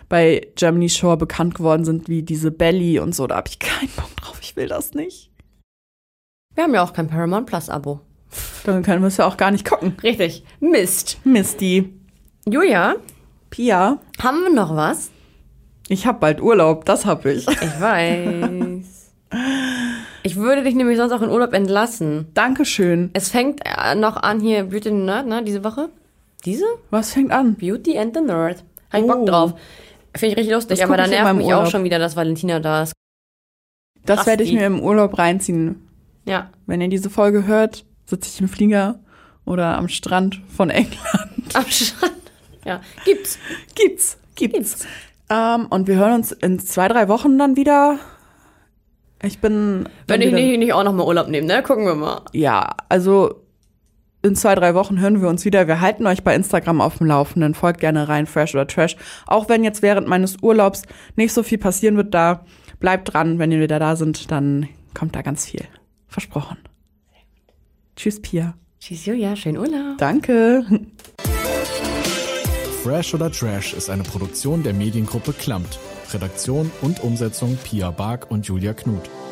bei Germany Shore bekannt geworden sind, wie diese Belly und so, da habe ich keinen Bock drauf. Ich will das nicht. Wir haben ja auch kein Paramount Plus Abo. Dann können wir es ja auch gar nicht gucken. Richtig. Mist. Misty, Julia, Pia, haben wir noch was? ich habe bald Urlaub, das habe ich. Ich weiß. Ich würde dich nämlich sonst auch in Urlaub entlassen. Dankeschön. Es fängt äh, noch an hier Beauty and the Nerd, ne, diese Woche. Diese? Was fängt an? Beauty and the Nerd. Hab ich Oh. Bock drauf. Finde ich richtig lustig, Das aber guck da ich in nervt meinem mich auch Urlaub. schon wieder, dass Valentina da ist. Das Krass, werde ich die- mir im Urlaub reinziehen. Ja. Wenn ihr diese Folge hört, sitze ich im Flieger oder am Strand von England. Am Strand. Ja. Gibt's. Gibt's, gibt's. Ähm, und wir hören uns in zwei, drei Wochen dann wieder. Ich bin. Wenn dann ich wieder- nicht, nicht auch nochmal Urlaub nehme, ne? Gucken wir mal. Ja, also in zwei, drei Wochen hören wir uns wieder. Wir halten euch bei Instagram auf dem Laufenden. Folgt gerne rein, Fresh oder Trash. Auch wenn jetzt während meines Urlaubs nicht so viel passieren wird, da bleibt dran. Wenn ihr wieder da sind, dann kommt da ganz viel. Versprochen. Tschüss, Pia. Tschüss, Julia. Schönen Urlaub. Danke. Fresh oder Trash ist eine Produktion der Mediengruppe Klammt. Redaktion und Umsetzung Pia Bark und Julia Knut.